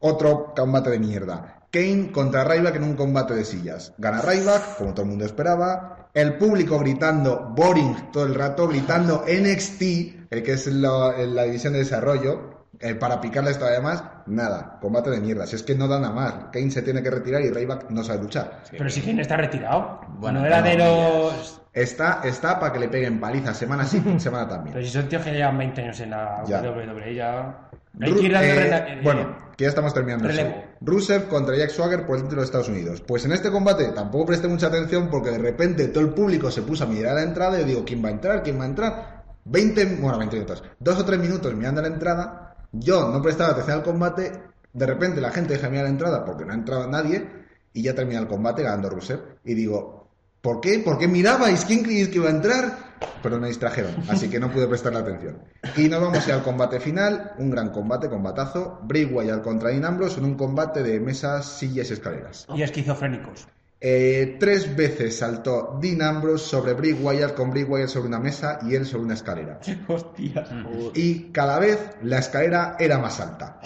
Speaker 1: Otro combate de mierda. Kane contra Ryback en un combate de sillas. Gana Ryback, como todo el mundo esperaba. El público gritando, boring todo el rato, gritando NXT, el que es lo- la división de desarrollo, eh, para picarles todavía más. Nada, combate de mierda. Si es que no dan a más. Kane se tiene que retirar y Ryback no sabe luchar.
Speaker 2: Pero si quien está retirado.
Speaker 3: Bueno,
Speaker 2: Bueno, no era
Speaker 3: no,
Speaker 2: de los.
Speaker 1: Está, está para que le peguen paliza semana sí, [LAUGHS] semana también.
Speaker 2: Pero si son tíos que llevan 20 años en la
Speaker 1: Ya.
Speaker 2: WWE, ya. Hay que
Speaker 1: Ru-
Speaker 2: ir dando
Speaker 1: eh,
Speaker 2: reta- eh,
Speaker 1: bueno, que ya estamos terminando.
Speaker 2: relevo.
Speaker 1: eso. Rusev contra Jack Swagger por el título de Estados Unidos. Pues en este combate tampoco presté mucha atención porque de repente todo el público se puso a mirar la entrada y yo digo, ¿quién va a entrar? ¿Quién va a entrar? 20, bueno, 20 minutos, dos o tres minutos mirando la entrada. Yo no prestaba atención al combate. De repente la gente deja de mirar la entrada porque no ha entrado nadie y ya termina el combate ganando Rusev. Y digo, ¿por qué? ¿Por qué mirabais? ¿Quién creéis que iba a entrar? Pero me distrajeron, así que no pude prestarle atención. Y nos vamos ya al combate final, un gran combate, combatazo. Bray Wyatt contra Dean Ambrose en un combate de mesas, sillas y escaleras.
Speaker 2: Y esquizofrénicos.
Speaker 1: Eh, tres veces saltó Dean Ambrose sobre Bray Wyatt, con Bray Wyatt sobre una mesa y él sobre una escalera.
Speaker 2: Hostias.
Speaker 1: Y cada vez la escalera era más alta.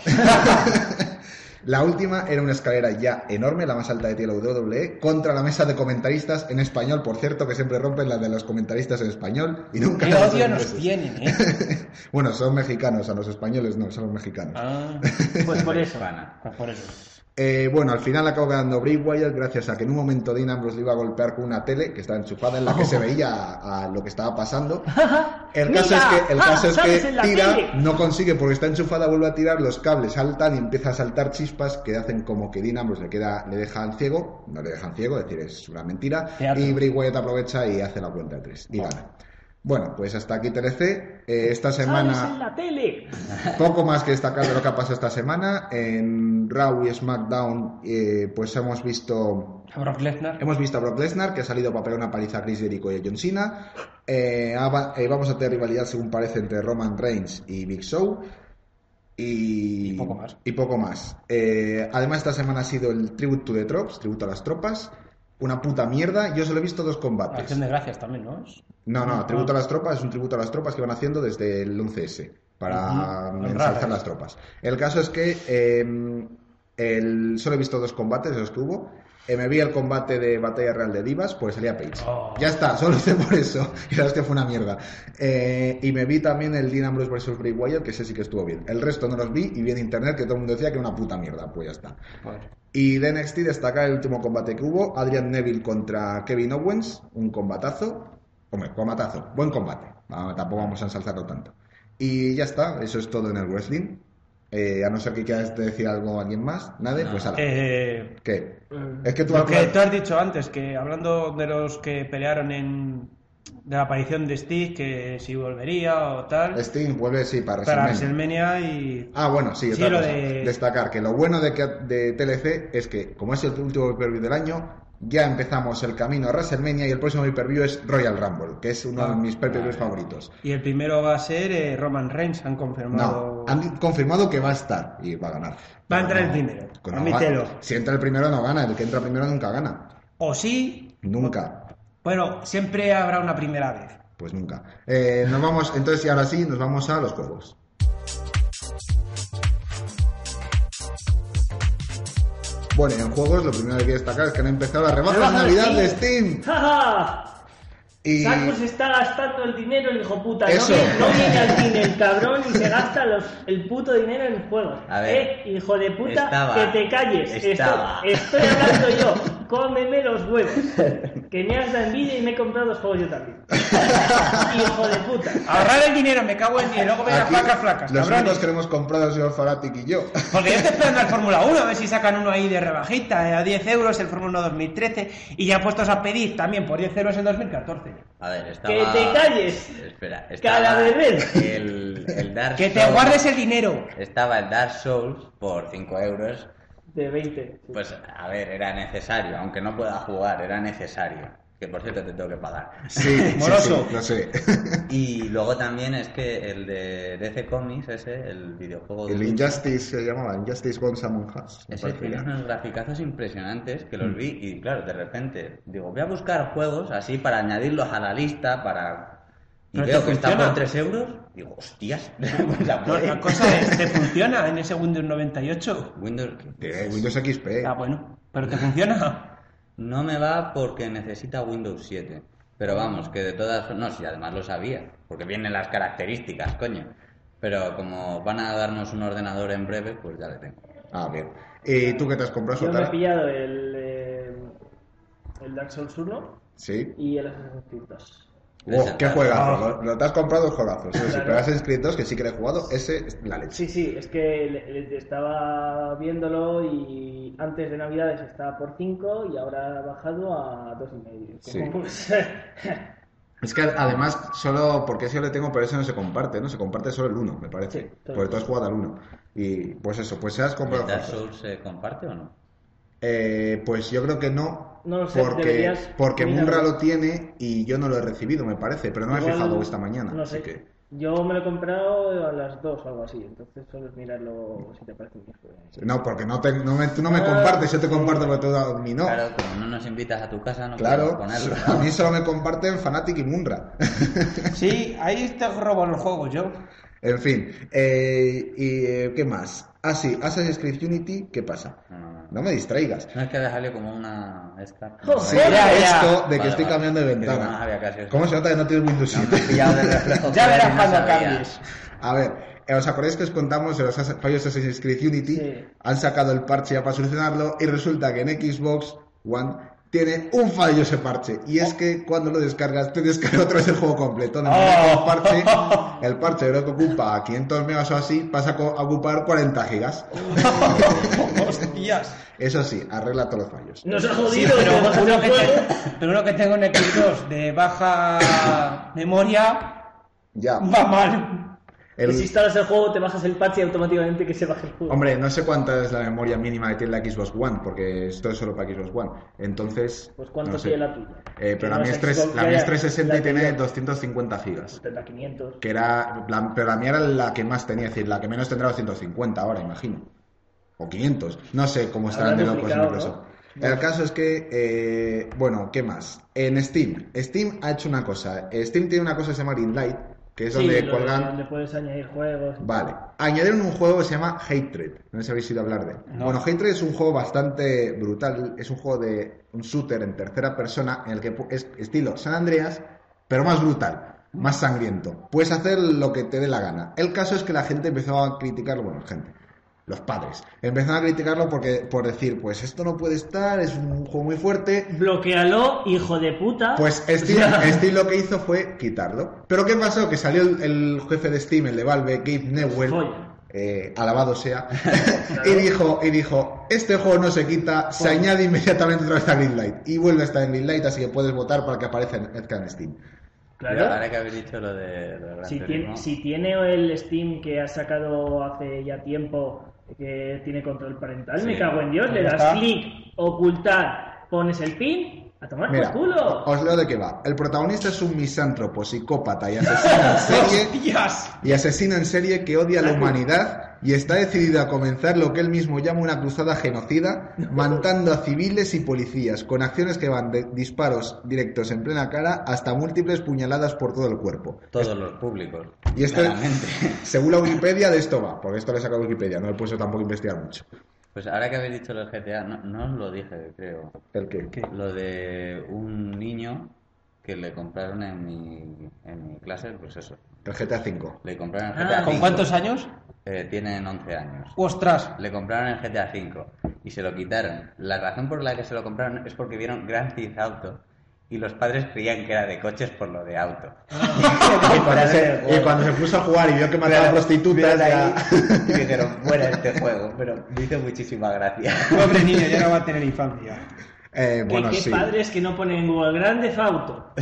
Speaker 1: la última era una escalera ya enorme, la más alta de la WWE, E, contra la mesa de comentaristas en español, por cierto, que siempre rompen la de los comentaristas en español y nunca
Speaker 2: Qué
Speaker 1: la de los
Speaker 2: odio nos
Speaker 1: ingleses.
Speaker 2: tienen, ¿eh?
Speaker 1: Bueno, son mexicanos, a los españoles no, son los mexicanos.
Speaker 2: Ah,
Speaker 6: Pues por eso.
Speaker 2: pues por eso.
Speaker 1: Eh, bueno, al final acabó ganando Bray Wyatt gracias a que en un momento Dean Ambrose le iba a golpear con una tele que estaba enchufada en la que se veía a, a lo que estaba
Speaker 6: [LAUGHS]
Speaker 1: pasando. El caso
Speaker 6: Oh. Mira,
Speaker 1: es que, el
Speaker 6: ah, [LAUGHS]
Speaker 1: caso es
Speaker 6: sales
Speaker 1: que
Speaker 6: en la
Speaker 1: tira,
Speaker 6: tele.
Speaker 1: no consigue porque está enchufada, vuelve a tirar, los cables saltan y empieza a saltar chispas que hacen como que Dean Ambrose le, queda, le deja al ciego, no le dejan ciego, es decir, es una mentira.
Speaker 2: Teatro.
Speaker 1: Y Bray Wyatt aprovecha y hace la cuenta de tres y gana. Bueno, pues hasta aquí TLC. Eh, esta semana...
Speaker 6: ¡Sales en la tele!
Speaker 1: Poco más que destacar de lo que ha pasado esta semana. En Raw y SmackDown, eh, pues hemos visto
Speaker 2: A Brock Lesnar.
Speaker 1: Hemos visto a Brock Lesnar, que ha salido para pegar una paliza a Chris Jericho y a John Cena. Eh, ava- eh, vamos a tener rivalidad, según parece, entre Roman Reigns y Big Show. Y,
Speaker 2: Y poco más.
Speaker 1: y poco más. Eh, además, esta semana ha sido el Tribute to the Trops, tributo a las tropas. Una puta mierda. Yo solo he visto dos combates.
Speaker 2: Acción de gracias también, ¿no? Es-
Speaker 1: No, no, tributo a las tropas es un tributo a las tropas que van haciendo desde el 11S para
Speaker 2: Ujú.
Speaker 1: ensalzar
Speaker 2: Raras.
Speaker 1: las tropas. El caso es que eh, el- solo he visto dos combates, los que hubo. Eh, me vi el combate de Batalla Real de Divas, pues salía Page.
Speaker 2: Oh.
Speaker 1: Ya está, solo [LAUGHS] hice por eso. Y la hostia fue una mierda. Eh, y me vi también el Dean Ambrose vs. Bray Wyatt, que ese sí que estuvo bien. El resto no los vi y vi en internet que todo el mundo decía que era una puta mierda. Pues ya está. Y de NXT destacar el último combate que hubo, Adrian Neville contra Kevin Owens, un combatazo, hombre, combatazo, buen combate, Ah, tampoco vamos a ensalzarlo tanto. Y ya está, eso es todo en el wrestling, Eh, a no ser que quieras decir algo a alguien más, nadie, pues ala.
Speaker 2: Eh,
Speaker 1: ¿Qué? Es que tú
Speaker 2: lo
Speaker 1: al-
Speaker 2: que tú has dicho antes, que hablando de los que pelearon en. de la aparición de Steve, que si volvería o tal.
Speaker 1: Sting vuelve, sí, para
Speaker 2: para
Speaker 1: Este WrestleMania.
Speaker 2: WrestleMania y.
Speaker 1: Ah, bueno, sí,
Speaker 2: Sí,
Speaker 1: otra
Speaker 2: lo
Speaker 1: cosa.
Speaker 2: de-
Speaker 1: destacar que lo bueno de, que, de TLC es que, como es el último pay-per-view del año, ya empezamos el camino a WrestleMania y el próximo pay-per-view es Royal Rumble, que es uno de
Speaker 2: Ah,
Speaker 1: mis pay-per-views favoritos.
Speaker 2: Y el primero va a ser eh, Roman Reigns, han confirmado.
Speaker 1: No, han confirmado que va a estar y va a ganar.
Speaker 2: Va a entrar
Speaker 1: No,
Speaker 2: el primero,
Speaker 1: no
Speaker 2: admítelo.
Speaker 1: va- si entra el primero no gana, el que entra primero nunca gana.
Speaker 2: O sí.
Speaker 1: Nunca,
Speaker 2: Bueno, siempre habrá una primera vez.
Speaker 1: pues nunca. Eh, nos vamos, entonces y ahora sí, nos vamos a los juegos. Bueno, en juegos lo primero que hay que destacar es que han empezado las rebajas
Speaker 6: Rebajas de
Speaker 1: Navidad de
Speaker 6: Steam.
Speaker 1: Steam.
Speaker 6: ¡Ja, ja!
Speaker 1: Y
Speaker 6: Saco se está gastando el dinero, el hijo puta.
Speaker 1: Eso.
Speaker 6: No, viene, no viene al cine el cabrón y se gasta los- el puto dinero en juegos.
Speaker 3: A ver.
Speaker 6: Eh, hijo de puta,
Speaker 3: Estaba.
Speaker 6: que te calles. Estoy-
Speaker 3: Estaba.
Speaker 6: Estoy, hablando yo. Cómeme los huevos. Que me has dado envidia y me he comprado los juegos
Speaker 1: [LAUGHS]
Speaker 6: yo también. hijo de puta.
Speaker 2: Ahorrar el dinero, me cago en y luego me las
Speaker 1: aquí
Speaker 2: flacas flacas,
Speaker 1: los
Speaker 2: cabrones.
Speaker 1: únicos que lo hemos comprado el señor Fanatic y yo.
Speaker 2: Porque yo estoy esperando al Fórmula 1, a ver si sacan uno ahí de rebajita, eh, a 10 euros el Fórmula 1 2013, y ya puestos a pedir también por 10 euros en 2014.
Speaker 3: A ver, estaba...
Speaker 6: ¡Que te calles!
Speaker 3: Espera,
Speaker 6: Calaverés.
Speaker 3: el, el Dark
Speaker 2: Que te
Speaker 3: Souls-
Speaker 2: guardes el dinero.
Speaker 3: Estaba el Dark Souls por 5 euros.
Speaker 6: De 20.
Speaker 3: Pues, a ver, era necesario. Aunque no pueda jugar, era necesario. Que, por cierto, te tengo
Speaker 1: [LAUGHS]
Speaker 3: que pagar.
Speaker 1: Sí, sí,
Speaker 2: Moroso.
Speaker 1: sí, lo sé.
Speaker 3: Y luego también es que el de DC Comics, ese, el
Speaker 1: [LAUGHS]
Speaker 3: videojuego...
Speaker 1: El
Speaker 3: de-
Speaker 1: Injustice se llamaba, Injustice Guns Among Us. me
Speaker 3: Ese
Speaker 1: parece Mm.
Speaker 3: tiene
Speaker 1: ya.
Speaker 3: unos graficazos impresionantes que los vi y claro, de repente digo, voy a buscar juegos así para añadirlos a la lista, para... Y
Speaker 2: Pero
Speaker 3: veo
Speaker 2: te
Speaker 3: que está
Speaker 2: funciona.
Speaker 3: por 3 euros, digo, hostias, [LAUGHS] pues la
Speaker 2: No,
Speaker 3: puedo-
Speaker 2: la cosa es, ¿te funciona en ese Windows 98?
Speaker 3: Windows... pues,
Speaker 1: Eh, Windows XP.
Speaker 2: Ah, bueno, pero ¿te funciona?
Speaker 3: No me va porque necesita Windows 7. Pero vamos, que de todas... No, si además lo sabía, porque vienen las características, coño. Pero como van a darnos un ordenador en breve, pues ya le tengo.
Speaker 1: Ah, bien. ¿Y tú qué te has comprado,
Speaker 6: Yo me he
Speaker 1: Sotara?
Speaker 6: pillado el, eh, el Dark Souls 1
Speaker 1: Sí.
Speaker 6: y el Assassin's Creed 2.
Speaker 1: Wow,
Speaker 3: Ese
Speaker 1: qué
Speaker 3: tal.
Speaker 1: juegazo. Lo, lo te has comprado dos juegazos. Sí, sí,
Speaker 6: Ah. Claro.
Speaker 1: pero has inscrito dos que sí que le he jugado. Ese es la leche.
Speaker 6: Sí, sí, es que le- le- estaba viéndolo y antes de Navidades estaba por 5 y ahora ha bajado a
Speaker 1: Sí.
Speaker 6: 2,5.
Speaker 1: [LAUGHS]
Speaker 6: Sí.
Speaker 1: Es que además, solo porque ese yo le tengo, pero ese no se comparte, ¿no? Se comparte solo el uno, me parece.
Speaker 6: Sí, todo
Speaker 1: porque
Speaker 6: el
Speaker 1: tú has jugado al uno. Y pues eso, pues se has comprado
Speaker 3: ¿El Dark
Speaker 1: juegazos.
Speaker 3: Souls se comparte o no?
Speaker 1: Eh, pues yo creo que no.
Speaker 6: No lo sé,
Speaker 1: porque
Speaker 6: deberías
Speaker 1: porque
Speaker 6: mirarlo.
Speaker 1: Munra lo tiene y yo no lo he recibido, me parece. Pero no me he
Speaker 6: Igual,
Speaker 1: fijado esta mañana.
Speaker 6: No
Speaker 1: así
Speaker 6: sé.
Speaker 1: que-
Speaker 6: Yo me lo he comprado a las 2 o algo así, entonces solo es mirarlo si te parece bien.
Speaker 1: No, porque no, te- no me, tú no me
Speaker 6: Ah,
Speaker 1: compartes, yo te comparto, pero tú a mí no.
Speaker 3: Claro, como no nos invitas a tu casa, no
Speaker 1: Claro,
Speaker 3: podemos ponerlo.
Speaker 1: [LAUGHS] a mí solo me comparten Fanatic y Munra.
Speaker 2: Sí, ahí te robo los juegos yo.
Speaker 1: en fin, eh, ¿y eh, qué más? Ah, sí, Assassin's Creed Unity, ¿qué pasa?
Speaker 3: No, no, no.
Speaker 1: No me distraigas.
Speaker 3: No es que había salido como una esta.
Speaker 6: Joder,
Speaker 3: Vale,
Speaker 6: ya, ya.
Speaker 1: Esto de que
Speaker 3: vale,
Speaker 1: estoy
Speaker 3: vale.
Speaker 1: cambiando de
Speaker 3: Que digo, no
Speaker 1: ventana.
Speaker 3: había casi eso.
Speaker 1: ¿Cómo se nota que no tienes Windows
Speaker 3: No, me he
Speaker 1: 7?
Speaker 3: pillado de reflejo.
Speaker 2: Ya verás
Speaker 3: No
Speaker 2: cuando
Speaker 3: sabía.
Speaker 2: cambies.
Speaker 1: [LAUGHS] A ver, eh, ¿os acordáis que os contamos de los as- fallos de Assassin's Creed Unity?
Speaker 6: Sí.
Speaker 1: Han sacado el parche ya para solucionarlo y resulta que en Xbox One tiene un fallo ese parche. Y es que cuando lo descargas, te descarga otra vez el juego completo. De manera
Speaker 2: Oh.
Speaker 1: que el parche, el parche creo que ocupa 500 megas o así, pasa co- a ocupar 40 gigas.
Speaker 2: Hostias.
Speaker 1: Eso sí, arregla todos los fallos.
Speaker 6: Nos ha
Speaker 2: Sí,
Speaker 6: jodido,
Speaker 2: pero
Speaker 6: nos ha
Speaker 2: uno
Speaker 6: jodido
Speaker 2: que,
Speaker 6: el juego.
Speaker 2: te- pero uno que tengo en X2 de baja memoria
Speaker 1: Ya.
Speaker 2: va mal.
Speaker 1: El-
Speaker 6: Que si instalas el juego, te bajas el patch y automáticamente que se baje el juego.
Speaker 1: Hombre, no sé cuánta es la memoria mínima que tiene la Xbox One, porque esto es solo para Xbox One. Entonces.
Speaker 6: Pues cuánto
Speaker 1: no sé.
Speaker 6: tiene la tuya.
Speaker 1: Eh, pero la
Speaker 6: Que
Speaker 1: mía,
Speaker 6: no
Speaker 1: es tres-
Speaker 6: Xbox,
Speaker 1: la
Speaker 6: ya,
Speaker 1: mía es
Speaker 6: ya,
Speaker 1: 360 y
Speaker 6: la
Speaker 1: tiene
Speaker 6: tuya
Speaker 1: 250 gigas.
Speaker 6: Pues tendrá 500.
Speaker 1: Que era, la- pero la mía era la que más tenía, es decir, la que menos tendrá 250 ahora, imagino. O 500. No sé cómo estarán de
Speaker 6: Habrá
Speaker 1: locos
Speaker 6: duplicado,
Speaker 1: Microsoft.
Speaker 6: ¿no?
Speaker 1: El caso es que, eh, bueno, ¿qué más? En Steam. Steam ha hecho una cosa. Steam tiene una cosa que se llama Green Light, que es donde
Speaker 6: sí, lo-
Speaker 1: cuelgan...
Speaker 6: le puedes añadir juegos.
Speaker 1: Vale. Añadieron un juego que se llama Hatred. No sé si habéis ido a hablar de. él. Bueno, Hatred es un juego bastante brutal. Es un juego de un shooter en tercera persona en el que pu- es estilo San Andreas, pero más brutal, más sangriento. Puedes hacer lo que te dé la gana. El caso es que la gente empezó a criticarlo. Bueno, gente. Los padres empezaron a criticarlo porque por decir, pues esto no puede estar, es un juego muy fuerte,
Speaker 6: Bloquealo, hijo de puta.
Speaker 1: pues Steam, Steam lo que hizo fue quitarlo. Pero ¿qué pasó? Que salió el, el jefe de Steam, el de Valve, Gabe Newell,
Speaker 6: Joya.
Speaker 1: eh, alabado sea, y dijo, y dijo, este juego no se quita, se añade inmediatamente otra vez a Greenlight. Y vuelve a estar en Greenlight, así que puedes votar para que aparezca en, aparezca en Steam.
Speaker 3: Mira,
Speaker 6: Claro.
Speaker 3: Ahora que habéis dicho lo de, lo de Gran
Speaker 6: Si
Speaker 3: Turismo,
Speaker 6: tiene, si tiene el Steam que ha sacado hace ya tiempo que tiene control parental,
Speaker 3: Sí.
Speaker 6: me cago en
Speaker 1: Pues
Speaker 6: Dios, le das
Speaker 4: está.
Speaker 6: clic, ocultar, pones el pin, a tomar
Speaker 1: Mira,
Speaker 6: por pues culo.
Speaker 1: os leo de qué va. El protagonista es un misántropo, psicópata y asesino en serie,
Speaker 2: ¡Hostias!
Speaker 1: y asesino en serie que odia a la humanidad y está decidido a comenzar lo que él mismo llama una cruzada
Speaker 3: [LAUGHS]
Speaker 1: genocida, matando a civiles y policías, con acciones que van de disparos directos en plena cara hasta múltiples puñaladas por todo el cuerpo.
Speaker 3: Todos los públicos.
Speaker 1: Y esto,
Speaker 3: claramente.
Speaker 1: [LAUGHS] según la Wikipedia, de esto va, porque esto lo he sacado de Wikipedia, no he puesto tampoco a investigar mucho.
Speaker 3: Pues ahora que habéis dicho los GTA, no, no os lo dije, creo.
Speaker 1: El que,
Speaker 3: Lo de un niño que le compraron en mi, en mi clase, pues eso.
Speaker 1: el GTA V.
Speaker 3: [LAUGHS] Le compraron
Speaker 6: Ah,
Speaker 3: el GTA V.
Speaker 2: ¿Con cuántos años?
Speaker 3: Eh, tienen 11 años.
Speaker 2: ¡Ostras!
Speaker 3: Le compraron el GTA V y se lo quitaron. La razón por la que se lo compraron es porque vieron Grand Theft Auto y los padres creían que era de coches por lo de auto.
Speaker 1: Y cuando, se, y cuando se puso a jugar y vio que mataba prostitutas,
Speaker 3: Vieron
Speaker 1: [LAUGHS]
Speaker 3: ahí
Speaker 1: ya-
Speaker 3: y dijeron, fuera este juego, pero me hizo muchísima gracia.
Speaker 2: Pobre niño, ya no va a tener infancia.
Speaker 1: Eh,
Speaker 6: Que-
Speaker 1: bueno,
Speaker 6: que
Speaker 1: sí.
Speaker 6: padres que no ponen en Google Grande Fauto.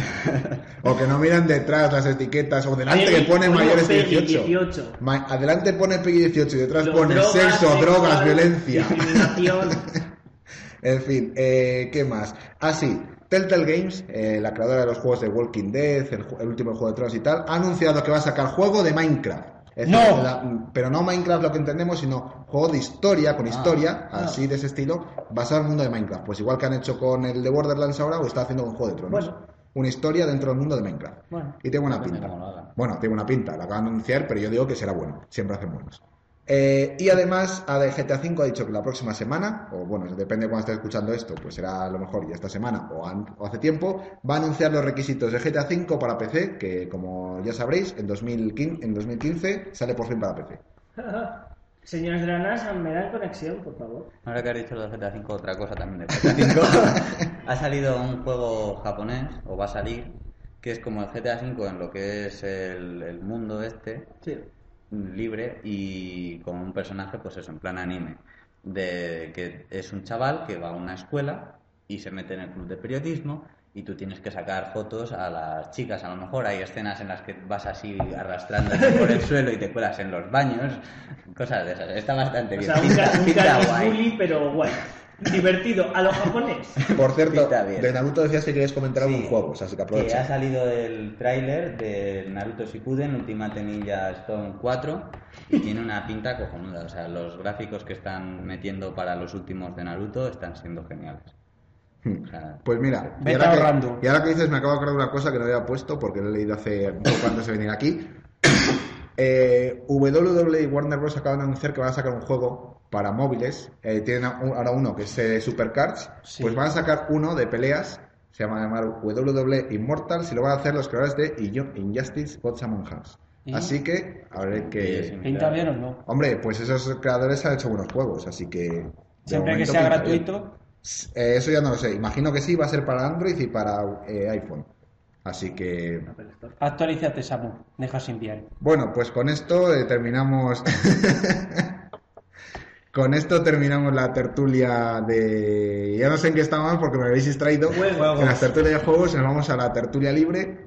Speaker 1: O que no miran detrás las etiquetas, o delante
Speaker 6: Peggy,
Speaker 1: que pone
Speaker 6: ponemos
Speaker 1: mayores de
Speaker 6: Peggy
Speaker 1: 18.
Speaker 6: 18.
Speaker 1: Ma- adelante pone Peggy 18 y detrás pone sexo,
Speaker 6: eh,
Speaker 1: drogas, violencia.
Speaker 6: Discriminación.
Speaker 1: [LAUGHS] En fin, eh, ¿qué más? Ah, sí, Telltale Games, eh, la creadora de los juegos de Walking Dead, el, ju- el último juego de Tronos y tal, ha anunciado que va a sacar juego de Minecraft. Es
Speaker 2: ¡No!
Speaker 1: decir, la- pero no Minecraft lo que entendemos, sino juego de historia, con historia, así de ese estilo, basado en el mundo de Minecraft. Pues igual que han hecho con el de Borderlands ahora, o está haciendo con Juego de Tronos. Una historia dentro del mundo de Minecraft. y tengo una
Speaker 3: Depende
Speaker 1: pinta.
Speaker 3: cómo lo hagan.
Speaker 1: Bueno, tiene una pinta, la acaban de anunciar, pero yo digo que será bueno. Siempre hacen buenos. Eh, y además, a de GTA V ha dicho que la próxima semana, o bueno, depende de cuando estés escuchando esto, pues será a lo mejor ya esta semana o, an- o hace tiempo, va a anunciar los requisitos de GTA V para PC, que como ya sabréis, en 2015, en 2015 sale por fin para PC.
Speaker 6: [LAUGHS] Señores de la NASA, me dan conexión, por favor.
Speaker 3: Ahora que has dicho lo de GTA V, otra cosa también de
Speaker 6: [LAUGHS]
Speaker 3: GTA V. ha salido un juego japonés, o va a salir, que es como el GTA V en lo que es el, el mundo este,
Speaker 6: Sí.
Speaker 3: libre, y con un personaje, pues eso, en plan anime. De que es un chaval que va a una escuela y se mete en el club de periodismo y tú tienes que sacar fotos a las chicas. A lo mejor hay escenas en las que vas así arrastrándote por el suelo y te cuelas en los baños, cosas de esas. Está bastante
Speaker 6: O
Speaker 3: bien.
Speaker 6: sea, un,
Speaker 3: Pinta-
Speaker 6: ca- un
Speaker 3: pinta
Speaker 6: cari
Speaker 3: guay.
Speaker 6: bully, pero guay. Divertido, a los japonés.
Speaker 1: Por cierto,
Speaker 3: Pinta bien.
Speaker 1: de Naruto decías que querías comentar algún
Speaker 3: Sí.
Speaker 1: juego, o sea, así que
Speaker 3: Que ha
Speaker 1: aprovecha.
Speaker 3: salido el tráiler de Naruto Shippuden Ultimate Ninja Stone 4 y tiene una pinta cojonuda. O sea, los gráficos que están metiendo para los últimos de Naruto están siendo geniales. O sea,
Speaker 1: Pues mira, y
Speaker 2: Vete
Speaker 1: ahora, que,
Speaker 2: ahorrando.
Speaker 1: y ahora que dices, me acabo de acordar de una cosa que no había puesto porque lo he leído hace un poco antes de venir aquí. [COUGHS] Eh, WWE y Warner Bros. acaban de anunciar que van a sacar un juego para móviles. Eh, tienen a- un- ahora uno que es eh, Supercards.
Speaker 2: Sí.
Speaker 1: Pues van a sacar uno de peleas. Se llama llamar WWE Immortals y lo van a hacer los creadores de Inju- Injustice Gods Among Us.
Speaker 2: ¿Y?
Speaker 1: Así que, a ver
Speaker 3: Sí,
Speaker 1: que.
Speaker 3: sí.
Speaker 2: ¿Pinta bien o no?
Speaker 1: Hombre, pues esos creadores han hecho buenos juegos, así que. de
Speaker 2: Siempre que
Speaker 1: momento pinta
Speaker 2: sea
Speaker 1: bien.
Speaker 2: gratuito.
Speaker 1: Eh, eso ya no lo sé. Imagino que sí, va a ser para Android y para eh, iPhone. Así que.
Speaker 2: Actualízate, Samu. Deja sin bien.
Speaker 1: Bueno, pues con esto eh, terminamos. [LAUGHS] con esto terminamos la tertulia de. Ya no sé en qué estábamos porque me habéis distraído. En las tertulias de juegos nos vamos a la tertulia libre.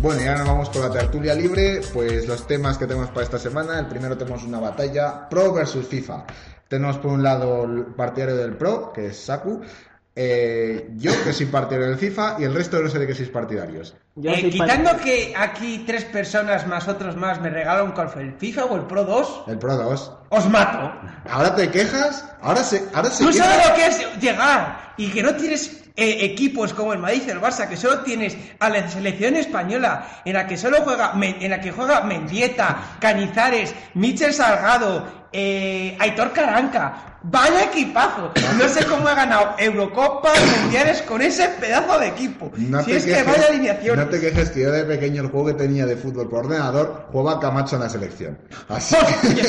Speaker 1: Bueno, y ahora nos vamos con la tertulia libre, pues los temas que tenemos para esta semana. El primero tenemos una batalla Pro versus FIFA. Tenemos por un lado el partidario del Pro, que es Saku. eh, yo, que soy partidario del FIFA, y el resto no sé de qué sois partidarios.
Speaker 6: Yo
Speaker 2: Eh,
Speaker 6: soy
Speaker 2: quitando
Speaker 6: partidario.
Speaker 2: que aquí tres personas más otros más me regalan con el FIFA o el Pro 2,
Speaker 1: El Pro 2.
Speaker 2: os mato.
Speaker 1: Ahora te quejas, ahora se, ahora se
Speaker 2: ¿Tú
Speaker 1: queja-
Speaker 2: sabes lo que es llegar y que no tienes eh, equipos como el Madrid y el Barça, que solo tienes a la selección española, en la que solo juega, Men- en la que juega Mendieta, Canizares, Michel Salgado, eh, Aitor Caranca? Vaya equipazo. No sé cómo ha ganado Eurocopa, Mundiales con ese pedazo de equipo.
Speaker 1: No
Speaker 2: si
Speaker 1: te
Speaker 2: es
Speaker 1: quejes,
Speaker 2: que vaya alineación.
Speaker 1: No te quejes que yo de pequeño el juego que tenía de fútbol por ordenador jugaba Camacho en la selección.
Speaker 2: [LAUGHS]
Speaker 1: Así
Speaker 2: Pues,
Speaker 1: que-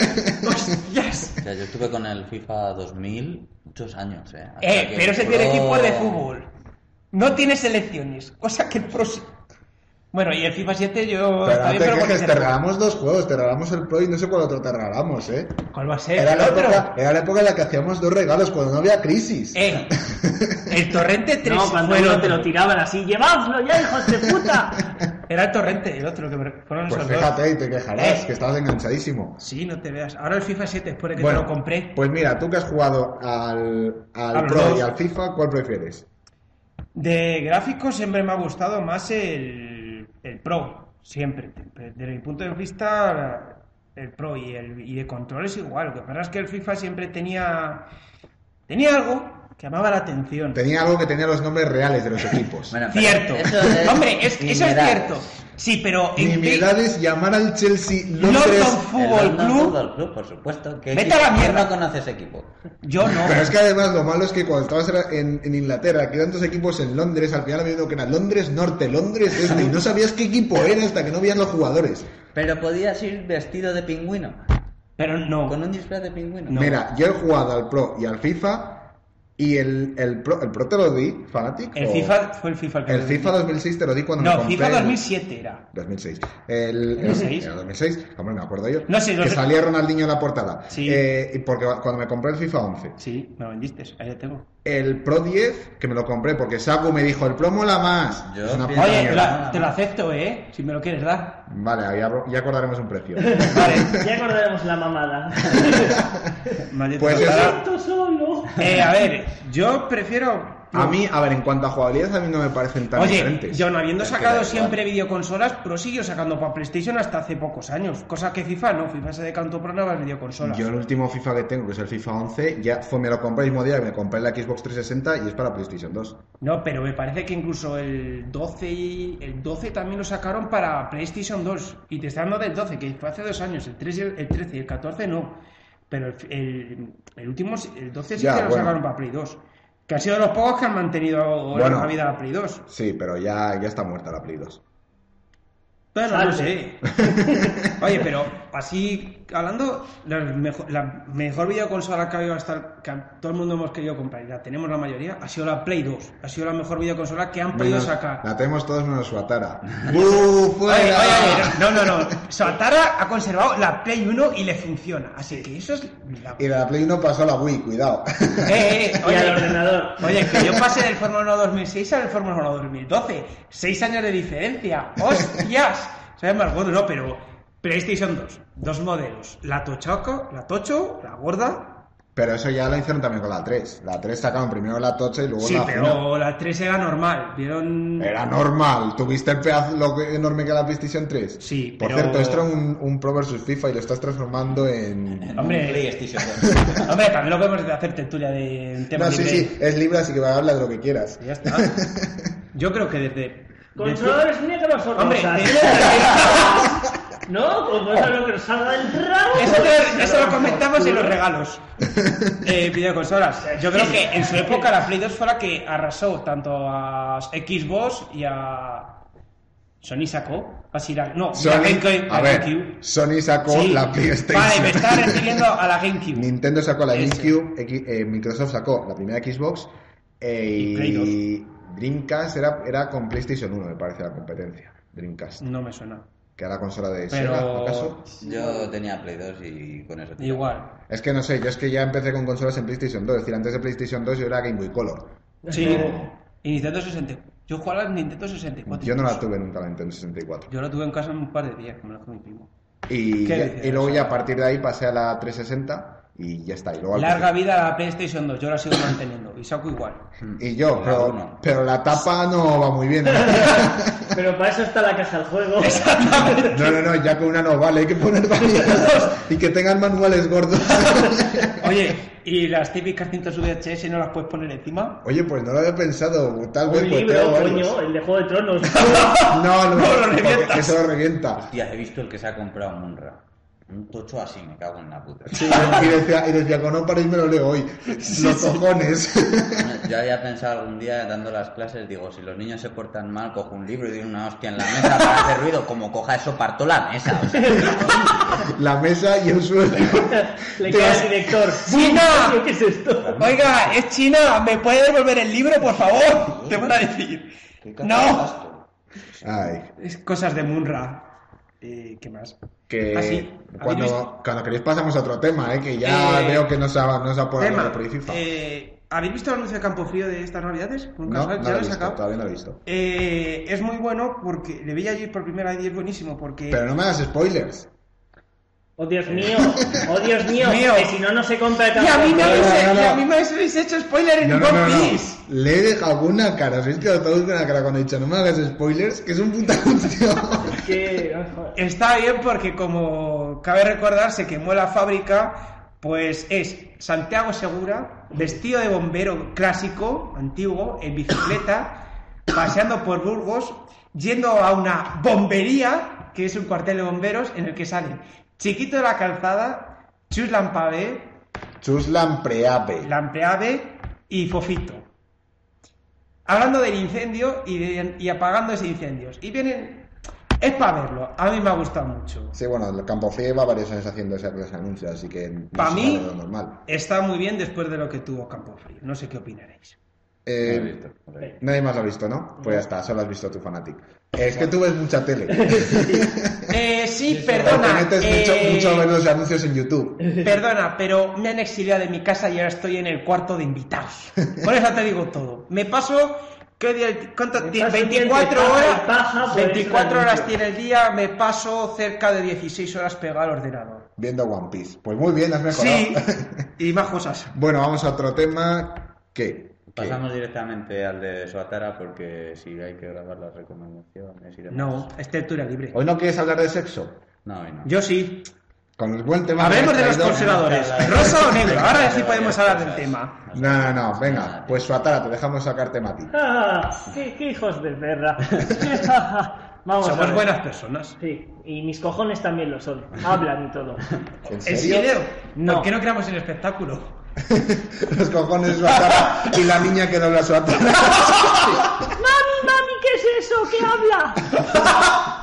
Speaker 2: Hostias.
Speaker 3: O sea, yo estuve con el FIFA 2000 muchos años, ¿eh? Hasta
Speaker 2: Eh,
Speaker 3: que
Speaker 2: pero ese tiene
Speaker 3: duró-
Speaker 2: equipo de fútbol. No tiene selecciones, cosa que el Pro sí. Bueno, y el FIFA 7 yo...
Speaker 1: Pero
Speaker 2: está
Speaker 1: no
Speaker 2: bien,
Speaker 1: te
Speaker 2: pero porque
Speaker 1: quejes,
Speaker 2: se
Speaker 1: te
Speaker 2: regaló.
Speaker 1: regalamos dos juegos, te regalamos el Pro y no sé cuál otro te regalamos, ¿eh?
Speaker 2: ¿Cuál va a ser?
Speaker 1: Era la,
Speaker 2: ¿El otro?
Speaker 1: época, era la época en la que hacíamos dos regalos cuando no había crisis.
Speaker 2: Eh, el torrente 3
Speaker 4: No, cuando
Speaker 2: fue el
Speaker 4: uno te
Speaker 2: otro.
Speaker 4: lo tiraban así, llevadlo ya, hijos de puta.
Speaker 2: Era el torrente, el otro que me fueron
Speaker 1: pues
Speaker 2: esos dos.
Speaker 1: fíjate y te quejarás,
Speaker 2: Eh.
Speaker 1: que estabas enganchadísimo.
Speaker 2: Sí, no te veas. Ahora el FIFA 7, después de que
Speaker 1: Bueno,
Speaker 2: te lo compré.
Speaker 1: pues mira, tú que has jugado al, al
Speaker 2: A los
Speaker 1: Pro
Speaker 2: dos.
Speaker 1: y al FIFA, ¿cuál prefieres?
Speaker 2: De gráficos siempre me ha gustado más el, el Pro, siempre. Desde mi punto de vista, el Pro y, el, y de controles igual. Lo que pasa es que el FIFA siempre tenía, tenía algo que llamaba la atención.
Speaker 1: Tenía algo que tenía los nombres reales
Speaker 2: [LAUGHS]
Speaker 1: de los equipos.
Speaker 3: Bueno, pero
Speaker 2: Cierto.
Speaker 3: eso es
Speaker 2: [LAUGHS] Hombre, es, eso es
Speaker 3: nimiedades.
Speaker 2: cierto. Sí, pero en
Speaker 1: Nimiedades, llamar al Chelsea Londres.
Speaker 2: London
Speaker 3: El
Speaker 2: Fútbol
Speaker 3: London
Speaker 2: Club,
Speaker 3: Fútbol Club, por supuesto. ¿Qué
Speaker 2: Vete
Speaker 3: equipo?
Speaker 2: a la mierda.
Speaker 3: No conoces equipo.
Speaker 2: yo no.
Speaker 1: Pero es que además lo malo es que cuando estabas en, en Inglaterra, que eran dos equipos en Londres, al final había uno que era Londres Norte, Londres Este, y no sabías qué equipo era hasta que no veías los jugadores.
Speaker 3: Pero podías ir vestido de pingüino.
Speaker 2: [LAUGHS] Pero no.
Speaker 3: Con un disfraz de pingüino.
Speaker 1: Mira, yo he jugado al Pro y al FIFA, y el, el, Pro, el Pro te lo di, Fanatic.
Speaker 2: El
Speaker 1: o-
Speaker 2: FIFA fue el FIFA que
Speaker 1: el
Speaker 2: me-
Speaker 1: FIFA 2006 te lo di cuando me
Speaker 2: No,
Speaker 1: compré.
Speaker 2: FIFA
Speaker 1: el-
Speaker 2: 2007 era.
Speaker 1: 2006. El,
Speaker 2: 2006.
Speaker 1: el 2006, hombre, me acuerdo yo.
Speaker 2: No, sí,
Speaker 1: que
Speaker 2: los-
Speaker 1: salía Ronaldinho en la portada.
Speaker 2: Sí.
Speaker 1: Eh, y porque cuando me compré el FIFA 11.
Speaker 2: Sí, me lo vendiste, ahí lo tengo.
Speaker 1: El Pro 10, que me lo compré porque Saku me dijo, el Pro mola más.
Speaker 3: Yo
Speaker 1: Es una
Speaker 3: pienso-
Speaker 1: puta
Speaker 2: Oye, te
Speaker 1: mierda.
Speaker 2: lo, te lo acepto, ¿eh? Si me lo quieres dar.
Speaker 1: Vale, ya, ya acordaremos un
Speaker 2: [LAUGHS]
Speaker 1: precio. Pues
Speaker 2: Vale.
Speaker 6: Ya acordaremos la mamada.
Speaker 2: Maldito
Speaker 1: Pues
Speaker 2: tarado.
Speaker 1: eso.
Speaker 6: ¡Esto solo!
Speaker 2: Eh, a ver, yo prefiero...
Speaker 1: A mí, a ver, en cuanto a jugabilidad, a mí no me parecen tan
Speaker 2: Oye,
Speaker 1: diferentes.
Speaker 2: yo no habiendo
Speaker 3: Es que da
Speaker 2: sacado
Speaker 3: igual.
Speaker 2: siempre videoconsolas, Pro siguió sacando para PlayStation hasta hace pocos años. Cosa que FIFA no, FIFA se decantó por nuevas videoconsolas.
Speaker 1: Yo el último FIFA que tengo, que es el FIFA 11, ya fue, me lo compré el mismo día que me compré la Xbox 360 y es para PlayStation 2.
Speaker 2: No, pero me parece que incluso el 12 y el 12 también lo sacaron para PlayStation 2 y te está dando del 12 que fue hace dos años, el 13 y el, el 13 y el 14 no, pero el, el- el último el 12 sí
Speaker 1: Ya,
Speaker 2: que lo
Speaker 1: bueno.
Speaker 2: sacaron para Play 2, que han sido de los pocos que han mantenido
Speaker 1: Bueno.
Speaker 2: la vida la Play 2.
Speaker 1: Sí, pero ya, ya está muerta la Play 2.
Speaker 2: Pero no
Speaker 6: Salve.
Speaker 2: sé.
Speaker 1: [LAUGHS]
Speaker 2: Oye, pero así hablando, la mejor, la mejor videoconsola que ha habido hasta el- que todo el mundo hemos querido comprar, y la tenemos la mayoría, ha sido la Play 2. Ha sido la mejor videoconsola que han podido
Speaker 1: Menos-
Speaker 2: sacar.
Speaker 1: La tenemos todos menos su
Speaker 2: [LAUGHS]
Speaker 1: Atara. ¡Bú, fuera!
Speaker 2: Oye, oye, oye, no, no, no. Satara ha conservado la Play 1 y le funciona. Así que eso es la...
Speaker 1: Y de la Play no pasó a la Wii, cuidado. [LAUGHS]
Speaker 2: Eh, eh,
Speaker 6: [LAUGHS] Y al
Speaker 2: oye,
Speaker 6: ordenador.
Speaker 2: oye, que yo pasé del Fórmula 1 2006 al Fórmula 1 2012. Seis años de diferencia. ¡Hostias! Sabes más gordo, no, pero PlayStation 2. Dos modelos. La Tochoco, la Tocho, la gorda.
Speaker 1: Pero eso ya lo hicieron también con la 3. La 3 sacaron primero la tocha y luego
Speaker 2: Sí,
Speaker 1: la fina.
Speaker 2: pero la 3 era normal. Vieron...
Speaker 1: Era normal, tuviste el pedazo lo que- enorme que era la PlayStation 3.
Speaker 2: Sí,
Speaker 1: Por
Speaker 2: pero-
Speaker 1: cierto, esto era un, un Pro versus FIFA y lo estás transformando en.
Speaker 2: Hombre.
Speaker 3: PlayStation 2.
Speaker 2: Hombre, también lo podemos hacer tertulia de un [LAUGHS] tema
Speaker 1: No, sí,
Speaker 2: libre.
Speaker 1: sí, es libre, así que va a hablar de lo que quieras.
Speaker 2: Ya está.
Speaker 1: [LAUGHS]
Speaker 2: Yo creo que desde...
Speaker 6: Consoladores negros o
Speaker 2: Hombre, eh,
Speaker 6: rosas.
Speaker 2: te-
Speaker 6: No, con cosas lo que nos salga del rabo.
Speaker 2: Eso, te- eso lo comentamos en los regalos. Eh, videoconsolas. Yo creo que en su época la Play 2 fue la que arrasó tanto a Xbox y a. Sony sacó. Así la- no, la
Speaker 1: Sony,
Speaker 2: GameCube- la
Speaker 1: a ver,
Speaker 2: GameCube.
Speaker 1: Sony sacó
Speaker 2: Sí.
Speaker 1: la PlayStation.
Speaker 2: Vale, me estaba
Speaker 1: [LAUGHS]
Speaker 2: refiriendo a la GameCube.
Speaker 1: Nintendo sacó la
Speaker 2: Ese.
Speaker 1: GameCube, X- eh, Microsoft sacó la primera Xbox eh,
Speaker 2: Y Play
Speaker 1: y Dreamcast era, era con PlayStation 1, me parece la competencia. Dreamcast,
Speaker 2: No me suena.
Speaker 1: que era la consola de Sega,
Speaker 2: Mm. Pero.
Speaker 1: ¿acaso?
Speaker 3: [LAUGHS] Yo tenía Play 2 y con eso. tiraba.
Speaker 2: Igual.
Speaker 1: Es que no sé, yo es que ya empecé con consolas en PlayStation 2, es decir, antes de PlayStation 2 yo era Game Boy Color.
Speaker 2: Sí. Y Nintendo 60 Yo jugaba al Nintendo 64.
Speaker 1: Yo no la
Speaker 2: incluso.
Speaker 1: tuve nunca la Nintendo 64.
Speaker 2: Yo la tuve en casa un par de días, que me la dejó mi primo.
Speaker 1: Y,
Speaker 2: ¿Qué
Speaker 1: ya-
Speaker 2: dices?
Speaker 1: y luego ya a partir de ahí pasé a la 360 y ya está. Y, luego al
Speaker 2: Larga
Speaker 1: PC.
Speaker 2: vida a la PlayStation 2, yo la sigo manteniendo. Y saco igual.
Speaker 1: y yo,
Speaker 3: La
Speaker 1: pero,
Speaker 3: uno.
Speaker 1: pero la tapa no va muy bien.
Speaker 2: [LAUGHS]
Speaker 1: ¿no?
Speaker 6: Pero para eso está la caja del juego.
Speaker 1: No, no, no, ya con una no vale, hay que poner varias y que tengan manuales gordos.
Speaker 2: Oye, ¿y las típicas cintas VHS no las puedes poner encima?
Speaker 1: Oye, pues no lo había pensado, tal vez
Speaker 6: Un
Speaker 1: pues,
Speaker 6: libro,
Speaker 1: tengo varios.
Speaker 6: coño, el de Juego de
Speaker 2: [LAUGHS]
Speaker 6: Tronos.
Speaker 1: No, no,
Speaker 2: No, lo
Speaker 1: porque
Speaker 2: revientas.
Speaker 1: eso lo revienta.
Speaker 3: Hostias, he visto el que se ha comprado un Munra. Un tocho así, me cago en la puta.
Speaker 1: Y decía, y decía, con no para me lo leo hoy. Los cojones.
Speaker 3: Yo había pensado algún día dando las clases, digo, si los niños se portan mal, cojo un libro y digo una hostia en la mesa para hacer ruido, como coja eso, parto la mesa. o [LAUGHS] sea,
Speaker 1: La mesa y el suelo.
Speaker 6: Le
Speaker 1: Te
Speaker 6: queda
Speaker 1: vas-
Speaker 6: al director.
Speaker 2: ¡China!
Speaker 6: [LAUGHS] ¿Qué es esto?
Speaker 2: Oiga, es China, ¿me puede devolver el libro, por favor? [LAUGHS] Te van a decir.
Speaker 3: ¿qué cazo
Speaker 2: ¡No!
Speaker 3: estás tú?
Speaker 1: Ay,
Speaker 2: Es cosas de Munra. Eh, ¿Qué más?
Speaker 1: que
Speaker 2: Ah, sí. ¿Habéis visto?
Speaker 1: cuando, cuando queréis pasamos a otro tema, eh, que ya
Speaker 2: Eh,
Speaker 1: veo que no se ha, no se ha podido
Speaker 2: Tema,
Speaker 1: hablar de Play FIFA.
Speaker 2: eh, ¿Habéis visto el anuncio de Campofrío de estas navidades? Nunca
Speaker 1: no,
Speaker 2: os ha-
Speaker 1: no lo
Speaker 2: ya lo
Speaker 1: he
Speaker 2: he
Speaker 1: visto,
Speaker 2: sacado.
Speaker 1: todavía no lo he visto.
Speaker 2: Eh, es muy bueno porque le vi ayer por primera vez y es buenísimo porque...
Speaker 1: Pero no me hagas spoilers.
Speaker 6: Oh Dios mío, oh Dios mío,
Speaker 2: Eh. [LAUGHS] Mío.
Speaker 6: que si no, no se compra el
Speaker 2: Y a mí me
Speaker 1: No,
Speaker 6: campeonato.
Speaker 2: habéis,
Speaker 1: no, no.
Speaker 2: y a mí me habéis hecho spoiler en
Speaker 1: No, no,
Speaker 2: One
Speaker 1: no, no.
Speaker 2: Piece.
Speaker 1: Le he dejado una cara. ¿Sabéis que lo tengo con una cara cuando he dicho no me hagas spoilers? Que es un puta [LAUGHS] anuncio.
Speaker 6: Que, ay, joder.
Speaker 2: Está bien porque como cabe recordar, se quemó la fábrica, pues es Santiago Segura, vestido de bombero clásico, antiguo, en bicicleta, paseando por Burgos, yendo a una bombería, que es un cuartel de bomberos, en el que salen Chiquito de la Calzada, Chus Lampavé,
Speaker 1: Chuslan Preape.
Speaker 2: Lampeave y Fofito. Hablando del incendio y, de- y apagando ese incendios. Y vienen... Es para verlo, a mí me ha gustado mucho.
Speaker 1: Sí, bueno, el Campo Frío lleva varios años haciendo ese ese anuncio, así que. no
Speaker 2: Pa'
Speaker 1: se
Speaker 2: mí-
Speaker 1: vale lo normal.
Speaker 2: Está muy bien después de lo que tuvo Campofrío. No sé qué opinaréis.
Speaker 1: Eh,
Speaker 5: No lo he visto, no lo he visto.
Speaker 1: nadie más lo ha visto, ¿no? Pues ya está, solo has visto tu fanatic. Es que tú ves mucha
Speaker 2: [LAUGHS]
Speaker 1: tele.
Speaker 2: Eh, sí,
Speaker 1: O te
Speaker 2: perdona.
Speaker 1: metes
Speaker 2: eh,
Speaker 1: mucho, mucho a ver los anuncios en YouTube.
Speaker 2: Perdona, pero me han exiliado de mi casa y ahora estoy en el cuarto de invitados. Por eso te digo todo. Me paso. ¿qué día- ¿Cuánto?
Speaker 6: Me
Speaker 2: ti-
Speaker 6: paso
Speaker 2: 24
Speaker 6: bien de paja
Speaker 2: horas.
Speaker 6: y paja, pues,
Speaker 2: 24 horas
Speaker 6: anuncio.
Speaker 2: tiene el día. Me paso cerca de 16 horas pegado al ordenador.
Speaker 1: Viendo One Piece. Pues muy bien, has mejorado.
Speaker 2: Sí, y más cosas.
Speaker 1: [LAUGHS] bueno, vamos a otro tema. ¿Qué?
Speaker 3: Pasamos directamente al de Suatara porque si hay que grabar las recomendaciones y demás.
Speaker 2: No, es tertulia libre.
Speaker 1: ¿Hoy no quieres hablar de sexo?
Speaker 3: No, hoy no.
Speaker 2: Yo sí.
Speaker 1: Con el buen tema. que
Speaker 2: Hablemos de
Speaker 1: has [LAUGHS]
Speaker 2: los
Speaker 1: traído.
Speaker 2: conservadores. Rosa o negro. Ahora sí podemos hablar del tema.
Speaker 1: No, no, no, venga, pues Suatara, te dejamos sacarte Mati.
Speaker 6: Ah, qué, qué hijos de
Speaker 2: [LAUGHS]
Speaker 6: perra. Vamos a
Speaker 2: Somos
Speaker 6: ver.
Speaker 2: buenas personas.
Speaker 6: Sí, y mis cojones también lo son. Hablan
Speaker 2: [LAUGHS]
Speaker 6: y todo.
Speaker 1: ¿En [LAUGHS]
Speaker 2: ¿En
Speaker 1: serio?
Speaker 2: serio?
Speaker 6: No.
Speaker 2: ¿Por qué no creamos el espectáculo?
Speaker 1: Los cojones Suatara y la niña que dobla
Speaker 2: [LAUGHS]
Speaker 1: Suatara.
Speaker 6: ¡Mami, mami, qué es eso! ¿Qué habla?
Speaker 2: [LAUGHS]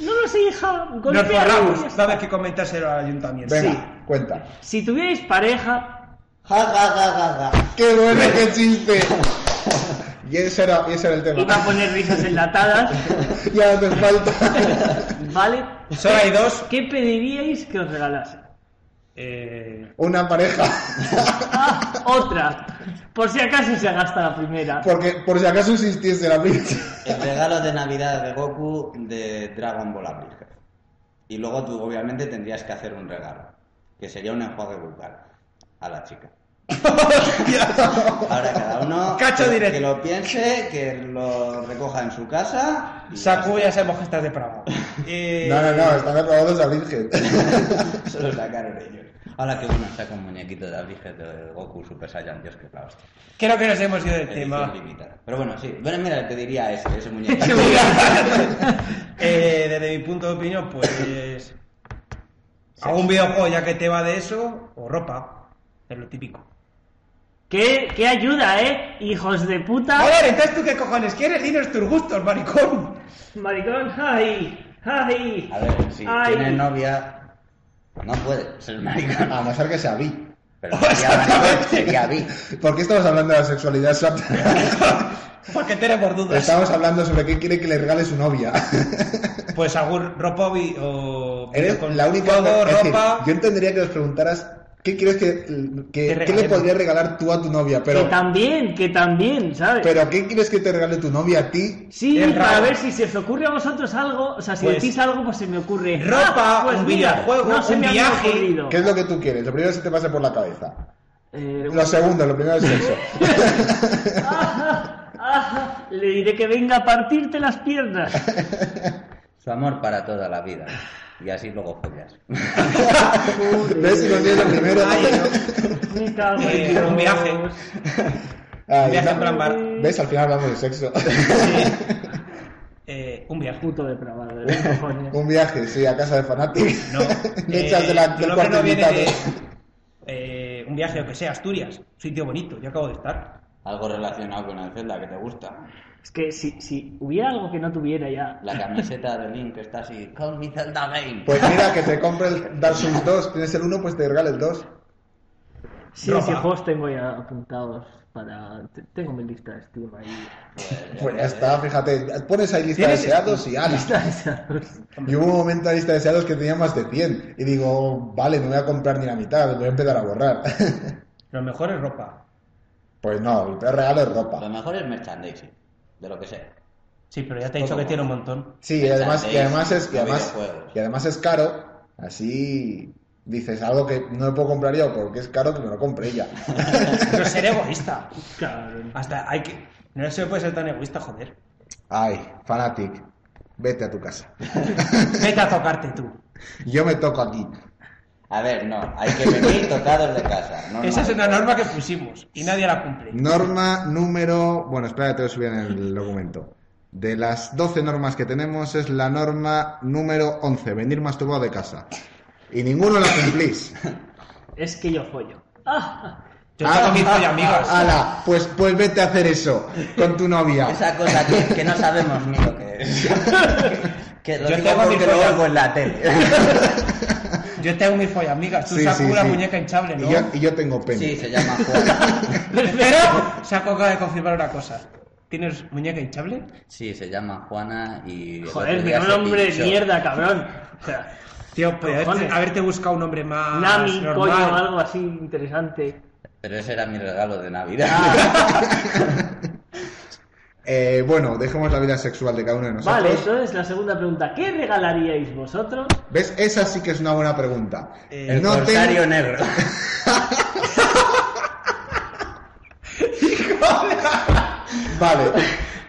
Speaker 6: No lo sé, hija.
Speaker 2: Nos
Speaker 6: Golpea
Speaker 2: borramos.
Speaker 6: y ya está.
Speaker 2: Nada que comentárselo al ayuntamiento.
Speaker 1: Venga,
Speaker 2: Sí.
Speaker 1: cuenta.
Speaker 6: Si tuvierais pareja,
Speaker 1: ¡Qué bueno, qué
Speaker 2: [LAUGHS]
Speaker 1: chiste! Y ese era, y ese era el
Speaker 6: iba
Speaker 1: [LAUGHS]
Speaker 6: a
Speaker 1: tema.
Speaker 6: poner risas enlatadas,
Speaker 1: Ya no te falta [LAUGHS]
Speaker 6: ¿vale?
Speaker 2: Solo Pues hay dos.
Speaker 6: ¿Qué pediríais que os regalase?
Speaker 2: Eh,
Speaker 1: una pareja.
Speaker 6: Ah, otra. Por si acaso se gasta la primera.
Speaker 1: Porque por si acaso existiese la pinche.
Speaker 3: El regalo de Navidad de Goku de Dragon Ball Abridger. Y luego tú obviamente tendrías que hacer un regalo, que sería un enjuague vulgar a la chica. Ahora cada uno
Speaker 2: Cacho
Speaker 3: que,
Speaker 2: directo.
Speaker 3: que lo piense, que lo recoja en su casa. y
Speaker 2: Saku ya sabemos que estás depravado. Eh,
Speaker 1: [LAUGHS] No, no, no, están aprobados a Virgen.
Speaker 3: [LAUGHS]
Speaker 2: [LAUGHS]
Speaker 3: Se lo sacaron ellos. Ahora que uno saca un muñequito de Abridger de Goku Super Saiyan, Dios que es la hostia.
Speaker 2: Creo que nos hemos ido del tema.
Speaker 3: Edición limitada. Pero bueno, sí. Bueno, mira, le pediría ese,
Speaker 2: [LAUGHS]
Speaker 3: ese muñequito.
Speaker 2: Eh, desde mi punto de opinión,
Speaker 1: [LAUGHS]
Speaker 2: pues. Algún videojuego ya que te va de eso, o ropa. Es lo típico.
Speaker 6: ¿Qué, qué ayuda, eh? Hijos de
Speaker 1: Ah.
Speaker 6: puta.
Speaker 2: Joder, entonces tú qué cojones quieres, dinos tus gustos, maricón. [LAUGHS]
Speaker 6: Maricón, ay, ay.
Speaker 3: A ver, si
Speaker 6: ay.
Speaker 3: tienes novia, no puede ser maricón.
Speaker 2: Ah,
Speaker 1: A no ser que sea bi.
Speaker 3: Pero [LAUGHS] sería maricón, sería bi.
Speaker 1: ¿Por qué estamos hablando de la sexualidad, Suatara?
Speaker 2: Porque tenemos dudas.
Speaker 1: Estamos hablando sobre qué quiere que le regale su
Speaker 2: [LAUGHS]
Speaker 1: novia.
Speaker 2: Pues algún ropa o. vi- o
Speaker 1: Eres la única
Speaker 2: videojuego,
Speaker 1: es decir,
Speaker 2: ropa.
Speaker 1: yo entendería que nos preguntaras ¿Qué crees que, que- qué le
Speaker 2: Te regalemos.
Speaker 1: podrías regalar tú a tu novia?
Speaker 4: Que
Speaker 1: Pero,
Speaker 4: también, que también, ¿sabes?
Speaker 1: pero ¿qué quieres que te regale tu novia a ti?
Speaker 4: Sí,
Speaker 2: Es
Speaker 4: para
Speaker 2: raro.
Speaker 4: ver si se os ocurre a vosotros algo, o sea, si
Speaker 2: Pues,
Speaker 4: decís algo, pues se me ocurre. Ah, pues
Speaker 2: ropa, un videojuego,
Speaker 4: no se
Speaker 2: un
Speaker 4: me había
Speaker 2: viaje.
Speaker 4: ocurrido.
Speaker 1: ¿Qué es lo que tú quieres? Lo primero que se te pasa por la cabeza.
Speaker 4: Eh, [LAUGHS]
Speaker 1: Lo segundo, lo primero es sexo.
Speaker 4: ajá, ajá, le diré que venga a partirte las piernas.
Speaker 2: [LAUGHS]
Speaker 3: Su amor para toda la vida. Y así luego follas.
Speaker 1: [LAUGHS] ¿Ves si consigues lo primero?
Speaker 2: Ay,
Speaker 4: Me cago en
Speaker 2: Eh,
Speaker 4: Dios.
Speaker 2: un viaje.
Speaker 1: Ay,
Speaker 2: viaje
Speaker 1: no.
Speaker 2: en plan bar.
Speaker 1: ¿Ves? Al final hablamos de sexo.
Speaker 2: Eh, un viaje.
Speaker 4: Puto depravado, de los
Speaker 2: [LAUGHS]
Speaker 4: cojones.
Speaker 1: Un viaje, sí, a casa de Fanatic. [LAUGHS]
Speaker 2: No.
Speaker 1: Le
Speaker 2: eh,
Speaker 1: echas de la-
Speaker 2: tu
Speaker 1: del
Speaker 2: nombre
Speaker 1: cuarto
Speaker 2: no viene de,
Speaker 1: invitado.
Speaker 2: eh, un viaje, o que sea, Asturias. Un sitio bonito, yo acabo de estar.
Speaker 3: Algo relacionado con el Zelda que te gusta.
Speaker 4: Es que si, si hubiera algo que no tuviera ya.
Speaker 3: La camiseta de Link que está así. Call me Zelda Game.
Speaker 1: Pues mira, que te compre el Dark Souls 2. Tienes el 1, pues te regala el 2.
Speaker 4: Sí,
Speaker 2: Ropa.
Speaker 4: sí, juegos tengo ya apuntados para. te- Tengo mi lista de Steam ahí.
Speaker 1: Pues ya está, fíjate. Pones ahí lista de
Speaker 2: ¿Tienes-
Speaker 1: deseados y ala. Y hubo un momento en la lista de deseados que tenía más de 100. Y digo, vale, no voy a comprar ni la mitad, voy a empezar a borrar. [LAUGHS]
Speaker 2: Lo mejor es ropa.
Speaker 1: Pues no, el peor regalo es
Speaker 3: Lo
Speaker 1: ropa.
Speaker 3: mejor es merchandising. De lo que sea.
Speaker 2: Sí, pero ya te he dicho que tiene un montón.
Speaker 1: Sí, y además, y además es, y
Speaker 3: Los
Speaker 1: además,
Speaker 3: videojuegos.
Speaker 1: y además es caro. Así dices algo que no me puedo comprar yo porque es caro que me lo compre ella. [LAUGHS]
Speaker 2: Pero ser egoísta.
Speaker 4: Cabrón.
Speaker 2: Hasta hay que. No se puede ser tan egoísta, joder.
Speaker 1: Ay, Fanatic, vete a tu casa.
Speaker 2: Vete a tocarte tú.
Speaker 1: Yo me toco aquí.
Speaker 3: A ver, no. Hay que venir tocados de casa. no
Speaker 2: Esa es
Speaker 3: mal.
Speaker 2: una norma que pusimos y nadie la cumple.
Speaker 1: Norma número. Bueno, espera, te lo subí en el documento. De las 12 normas que tenemos, es la norma número 11, venir masturbado de casa. Y ninguno la cumplís.
Speaker 4: Es que yo follo. Ah,
Speaker 2: [LAUGHS] Yo tengo mis pollo,
Speaker 1: [LAUGHS]
Speaker 2: amigos.
Speaker 1: Ala, pues, pues vete a hacer eso con tu novia.
Speaker 3: Esa cosa que, que no sabemos ni lo que es. que lo
Speaker 2: Yo
Speaker 3: digo
Speaker 2: tengo mi
Speaker 3: porque lo
Speaker 2: polla.
Speaker 3: oigo en la tele.
Speaker 2: Yo tengo mis pollo, amigas. Tú
Speaker 1: ah. Sí,
Speaker 2: sacas
Speaker 1: sí,
Speaker 2: una
Speaker 1: sí.
Speaker 2: muñeca hinchable, ¿no?
Speaker 1: Y yo, y yo tengo pene.
Speaker 3: sí, se llama Juana.
Speaker 2: [LAUGHS] Pero se acaba de confirmar una cosa. ¿Tienes muñeca hinchable?
Speaker 3: Sí, se llama Juana y... el
Speaker 4: joder,
Speaker 3: otro
Speaker 4: que
Speaker 3: día
Speaker 4: un
Speaker 3: se
Speaker 4: nombre de
Speaker 3: pinchó.
Speaker 4: mierda, cabrón. O sea,
Speaker 2: Tío, pues, podría
Speaker 4: Cojones.
Speaker 2: haberte, haberte buscado un nombre más
Speaker 4: Nami,
Speaker 2: normal.
Speaker 4: coño, algo así interesante.
Speaker 3: Pero ese era mi regalo de Navidad.
Speaker 1: Eh, bueno, dejemos la vida sexual de cada uno de nosotros.
Speaker 4: Vale, entonces la segunda pregunta: ¿qué regalaríais vosotros?
Speaker 1: ¿Ves? Esa sí que es una buena pregunta.
Speaker 2: Eh,
Speaker 3: El
Speaker 1: No te-
Speaker 3: corsario negro.
Speaker 4: [LAUGHS]
Speaker 1: Vale.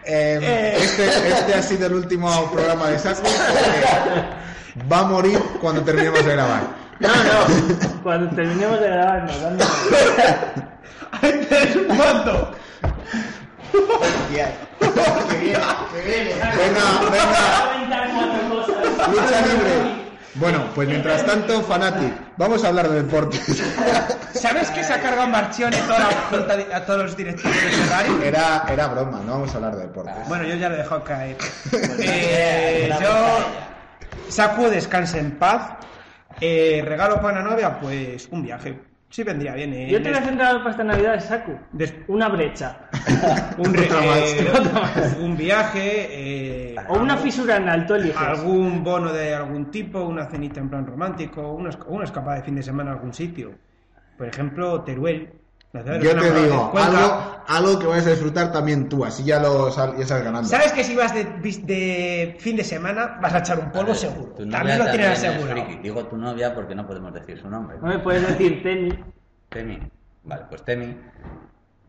Speaker 1: Eh, este, este ha sido el último programa de Saco. porque Va a morir cuando terminemos de grabar.
Speaker 4: No,
Speaker 1: [LAUGHS]
Speaker 4: no, cuando terminemos de grabar, nos dan-
Speaker 2: ¡Es un mando!
Speaker 1: Venga, venga, lucha libre. Bueno, pues mientras tanto, Fanatic, vamos a hablar de deportes.
Speaker 2: ¿Sabes que se ha cargado Marchione toda la junta de- a todos los directores del horario?
Speaker 1: Era, era broma, no vamos a hablar de
Speaker 4: Ah,
Speaker 1: deportes.
Speaker 2: Bueno, yo ya lo he dejado caer. Eh, yo. Saku, descanse en paz. Eh, regalo para una novia, pues un viaje. Sí, vendría bien. eh.
Speaker 4: Yo te voy a centrar para esta Navidad, Saku.
Speaker 2: Des-
Speaker 4: Una brecha.
Speaker 2: un, re-
Speaker 1: Otra más.
Speaker 2: eh,
Speaker 4: Otra más.
Speaker 2: un viaje. eh,
Speaker 4: O una fisura en alto, eliges.
Speaker 1: Ah.
Speaker 2: algún bono de algún tipo, una cenita en plan romántico, una, esca- una escapada de fin de semana a algún sitio. Por ejemplo, Teruel. la ciudad de
Speaker 1: Yo
Speaker 2: los
Speaker 1: te
Speaker 2: enamorados,
Speaker 1: digo,
Speaker 2: en Cuenca.
Speaker 1: algo, algo que vas a disfrutar también tú, así ya lo sal- ya sales ganando.
Speaker 2: Sabes que si vas de, bis- de fin de semana vas a echar un polvo seguro.
Speaker 3: Tu novia
Speaker 2: También lo tienes
Speaker 3: también es
Speaker 2: asegurado.
Speaker 3: friki. Digo tu novia porque no podemos decir su nombre.
Speaker 4: No me puedes decir tenis.
Speaker 3: Temi. Vale, pues Temi.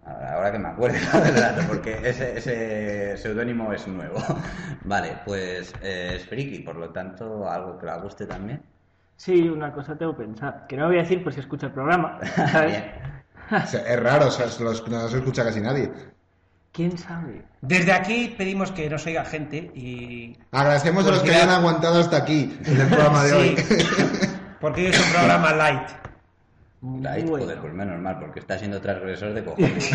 Speaker 3: Ahora ahora que me acuerdo, [LAUGHS] la verdad, porque ese, ese seudónimo es nuevo. [LAUGHS] Vale, pues eh, es friki, por lo tanto, algo que la guste también. [LAUGHS]
Speaker 4: Sí, una cosa tengo que pensar. Que no voy a decir por si escucha el programa. ¿sabes?
Speaker 3: Bien.
Speaker 1: O sea, Es raro, o sea, es- los- no se escucha casi nadie.
Speaker 4: ¿Quién sabe?
Speaker 2: Desde aquí pedimos que nos oiga gente y.
Speaker 1: Agradecemos a los que
Speaker 2: Pues mira-
Speaker 1: hayan aguantado hasta aquí en el programa de hoy. [LAUGHS]
Speaker 2: Sí, [LAUGHS] porque hoy es un programa light.
Speaker 3: Ahí,
Speaker 4: Bueno.
Speaker 3: joder, pues menos mal, porque está siendo transgresor de cojones.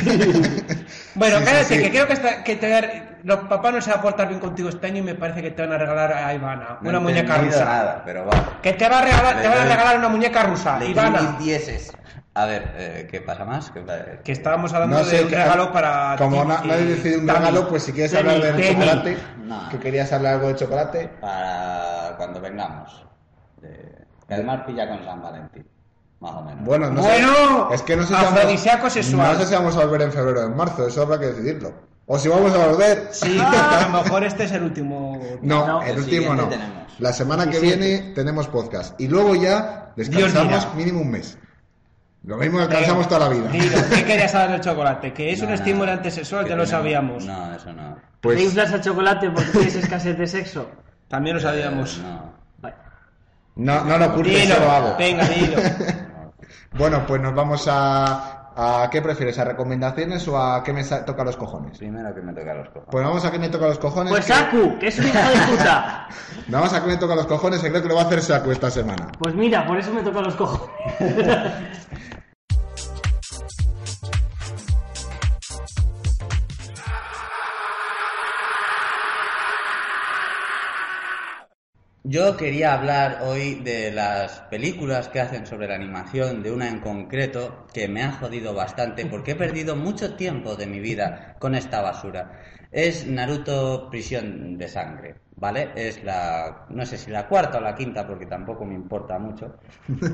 Speaker 2: Bueno,
Speaker 1: Sí, sí,
Speaker 2: cállate,
Speaker 1: sí.
Speaker 2: que creo que, está- que te- los papás no se van a portar bien contigo este año y me parece que te van a regalar a Ivana
Speaker 3: No
Speaker 2: [LAUGHS] una
Speaker 3: he
Speaker 2: muñeca
Speaker 3: entendido
Speaker 2: rusa.
Speaker 3: nada, pero va.
Speaker 2: Que te, va a regalar,
Speaker 3: Le
Speaker 2: te van a
Speaker 3: doy-
Speaker 2: regalar una muñeca rusa,
Speaker 3: Le
Speaker 2: Ah, Ivana.
Speaker 3: di dieces. A ver, eh, ¿qué pasa más? ¿Qué pa-
Speaker 2: Que estábamos hablando
Speaker 1: No sé,
Speaker 2: de un
Speaker 1: que-
Speaker 2: regalo para.
Speaker 1: Como
Speaker 2: ti,
Speaker 1: na- nadie
Speaker 2: eh,
Speaker 1: decide un
Speaker 2: Tami.
Speaker 1: regalo, pues si quieres
Speaker 4: Temi,
Speaker 1: hablar de
Speaker 4: Temi.
Speaker 1: chocolate,
Speaker 3: No.
Speaker 1: que querías hablar algo de chocolate,
Speaker 3: Para cuando vengamos. Eh, que además pilla con San Valentín. más o menos.
Speaker 1: Bueno, no sé-
Speaker 2: Bueno,
Speaker 1: es que no sé si
Speaker 2: afrodisíaco
Speaker 1: vamos-
Speaker 2: sexual.
Speaker 1: No sé si vamos a volver en febrero o en marzo, eso habrá que decidirlo. O si vamos a volver.
Speaker 2: Sí, a lo mejor este es el último.
Speaker 1: [LAUGHS] No,
Speaker 4: No,
Speaker 1: el,
Speaker 3: el
Speaker 1: último
Speaker 3: siguiente
Speaker 1: no.
Speaker 3: tenemos.
Speaker 1: La semana que viene tenemos podcast. Y luego ya descansamos
Speaker 2: dirá.
Speaker 1: mínimo un mes. Lo mismo descansamos toda la vida.
Speaker 2: Dilo, ¿qué querías saber del chocolate? Que es
Speaker 3: No,
Speaker 2: un
Speaker 3: no,
Speaker 2: estimulante
Speaker 3: no,
Speaker 2: sexual,
Speaker 3: que
Speaker 2: ya lo
Speaker 3: tiene-
Speaker 2: sabíamos.
Speaker 3: No, eso no.
Speaker 4: ¿Te
Speaker 1: Pues
Speaker 4: inflas a chocolate porque tienes escasez de sexo?
Speaker 2: También lo sabíamos.
Speaker 3: Eh, no.
Speaker 4: Vale.
Speaker 1: no, no lo culpes,
Speaker 2: Dilo,
Speaker 1: yo lo hago.
Speaker 2: venga,
Speaker 1: [LAUGHS]
Speaker 2: dilo.
Speaker 1: Bueno, pues nos vamos a. ¿A qué prefieres? ¿A recomendaciones o a qué me sa- toca los cojones?
Speaker 3: Primero que me toca los cojones.
Speaker 1: Pues vamos a qué me toca los cojones.
Speaker 4: Pues
Speaker 1: que-
Speaker 4: Aku, que es un hijo de puta.
Speaker 1: Vamos a qué me toca los cojones, que creo que lo va a hacer Saku esta semana.
Speaker 4: Pues mira, por eso me toca los cojones.
Speaker 3: Yo quería hablar hoy de las películas que hacen sobre la animación, de una en concreto que me ha jodido bastante porque he perdido mucho tiempo de mi vida con esta basura. Es Naruto Prisión de Sangre, ¿vale? Es la, no sé si la cuarta o la quinta porque tampoco me importa mucho,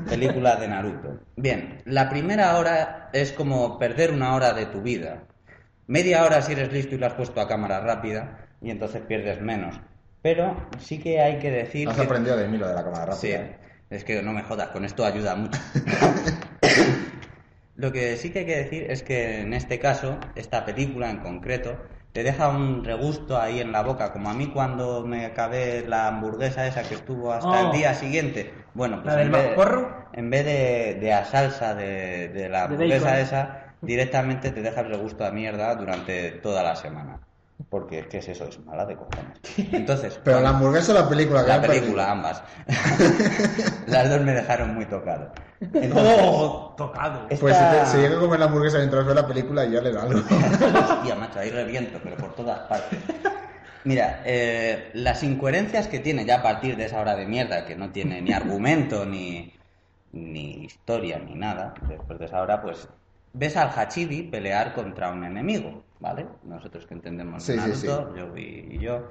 Speaker 3: película de Naruto. Bien, la primera hora es como perder una hora de tu vida, Media hora si eres listo y lo has puesto a cámara rápida y entonces pierdes menos. Pero sí que hay que decir
Speaker 1: Has
Speaker 3: que...
Speaker 1: aprendido de mí lo de la cámara
Speaker 3: Sí,
Speaker 1: rápida. ¿eh?
Speaker 3: es que no me jodas, con esto ayuda
Speaker 1: [LAUGHS]
Speaker 3: mucho. Lo que sí que hay que decir es que en este caso, esta película en concreto, te deja un regusto ahí en la boca, como a mí cuando me acabé la hamburguesa esa que estuvo hasta
Speaker 4: Oh.
Speaker 3: el día siguiente. Bueno, pues
Speaker 2: ¿La del
Speaker 3: en, vez,
Speaker 2: mazporro?
Speaker 3: en vez de, de la salsa de, de la hamburguesa
Speaker 4: bacon.
Speaker 3: esa, directamente te deja el regusto a mierda durante toda la semana. Porque es que es eso, es mala de cojones. Entonces,
Speaker 1: Pero
Speaker 3: cuando-
Speaker 1: la hamburguesa o la película que
Speaker 3: la
Speaker 1: han perdido?
Speaker 3: película, ambas. [LAUGHS] Las dos me dejaron muy tocado. Entonces,
Speaker 2: ¡Oh! Tocado.
Speaker 3: esta-
Speaker 1: Pues si, te- si llega a comer la hamburguesa mientras ve la película, ya le da
Speaker 3: [LAUGHS]
Speaker 1: algo.
Speaker 3: Pues, Hostia, macho, ahí reviento, pero por todas partes. Mira, eh, las incoherencias que tiene ya a partir de esa hora de mierda, que no tiene ni argumento, ni, ni historia, ni nada, después de esa hora, pues ves al Hachibi pelear contra un enemigo, ¿vale? Nosotros que entendemos de
Speaker 1: Sí, sí,
Speaker 3: Naruto, yo y y yo.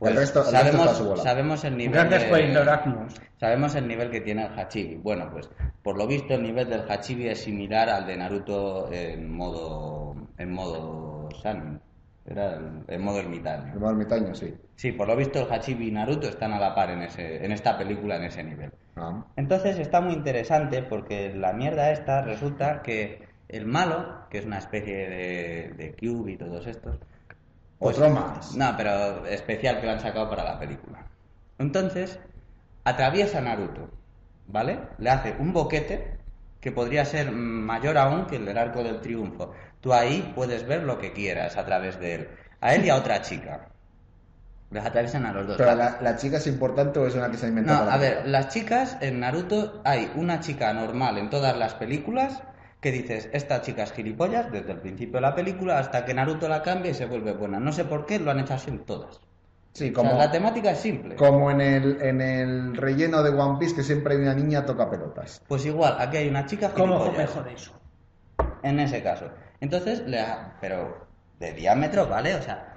Speaker 3: pues,
Speaker 1: resto- el resto
Speaker 3: sabemos,
Speaker 1: está a su bola.
Speaker 3: sabemos el nivel
Speaker 2: Gracias
Speaker 3: de-
Speaker 2: por el oracmus.
Speaker 3: Sabemos el nivel que tiene el Hachibi. Bueno, pues por lo visto el nivel del Hachibi es similar al de Naruto en modo en modo San, era el- en modo ermitaño.
Speaker 1: El ermitaño, sí.
Speaker 3: Sí, por lo visto el Hachibi y Naruto están a la par en ese en esta película en ese nivel.
Speaker 1: Ah.
Speaker 3: Entonces está muy interesante porque la mierda esta resulta que el malo, que es una especie de, de Cube y todos estos.
Speaker 1: Otro más.
Speaker 3: Pues No, pero especial que lo han sacado para la película. Entonces, atraviesa a Naruto, ¿vale? Le hace un boquete que podría ser mayor aún que el del arco del triunfo. Tú ahí puedes ver lo que quieras a través de él. A él y a otra chica. Les atraviesan a los dos.
Speaker 1: Pero la, la chica es importante o es una que se ha
Speaker 3: No,
Speaker 1: inventado. para
Speaker 3: a
Speaker 1: la
Speaker 3: ver,
Speaker 1: película?
Speaker 3: las chicas en Naruto hay una chica normal en todas las películas que dices, esta chica es gilipollas desde el principio de la película hasta que Naruto la cambia y se vuelve buena. No sé por qué, lo han hecho así en todas.
Speaker 1: Sí,
Speaker 3: O
Speaker 1: como,
Speaker 3: sea, la temática es simple.
Speaker 1: como en, el, en el relleno de One Piece que siempre hay una niña toca pelotas.
Speaker 3: Pues igual, aquí hay una chica
Speaker 2: ¿Cómo
Speaker 3: gilipollas.
Speaker 2: me jode eso?
Speaker 3: En ese caso. Entonces, le ha- pero de diámetro, ¿vale? O sea,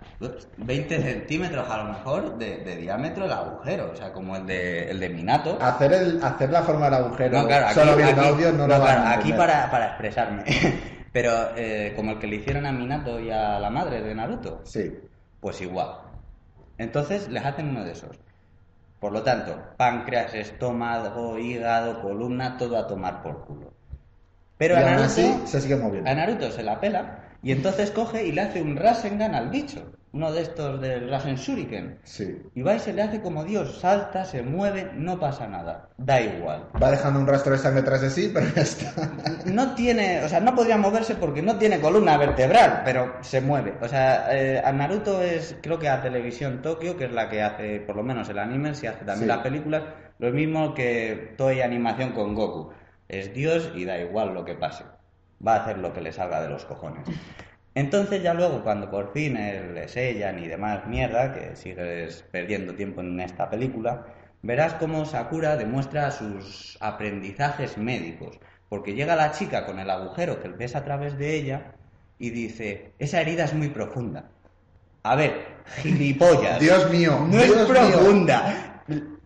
Speaker 3: 20 centímetros a lo mejor de, de diámetro el agujero, o sea, como el de, el de Minato.
Speaker 1: Hacer, el, hacer la forma del agujero
Speaker 3: No, claro, aquí,
Speaker 1: solo viendo
Speaker 3: aquí-
Speaker 1: audio no,
Speaker 3: no,
Speaker 1: lo van
Speaker 3: claro,
Speaker 1: a
Speaker 3: aquí
Speaker 1: entender.
Speaker 3: para, para expresarme. [LAUGHS] Pero eh, como el que le hicieron a Minato y a la madre de Naruto,
Speaker 1: Sí.
Speaker 3: pues igual. Entonces les hacen uno de esos. Por lo tanto, páncreas, estómago, hígado, columna, todo a tomar por culo. Pero
Speaker 1: y
Speaker 3: a
Speaker 1: aún
Speaker 3: Naruto,
Speaker 1: así se sigue moviendo.
Speaker 3: a Naruto se la pela y entonces coge y le hace un Rasengan al bicho. Uno de estos del Rasen Shuriken.
Speaker 1: Sí.
Speaker 3: Y va y se le hace como Dios, salta, se mueve, no pasa nada. Da igual.
Speaker 1: Va dejando un rastro de sangre tras de sí, pero ya está.
Speaker 3: no tiene, o sea, no podría moverse porque no tiene columna vertebral, pero se mueve. O sea, eh, a Naruto es, creo que a Televisión Tokio, que es la que hace, por lo menos el anime, si hace también
Speaker 1: Sí.
Speaker 3: las películas, lo mismo que Toei Animación con Goku. Es Dios y da igual lo que pase. Va a hacer lo que le salga de los cojones. Entonces ya luego, cuando por fin el sellan y demás mierda, que sigues perdiendo tiempo en esta película, verás cómo Sakura demuestra sus aprendizajes médicos. Porque llega la chica con el agujero que ves a través de ella y dice, esa herida es muy profunda. A ver, gilipollas.
Speaker 1: Dios mío,
Speaker 3: No es
Speaker 1: Dios mío.
Speaker 3: profunda.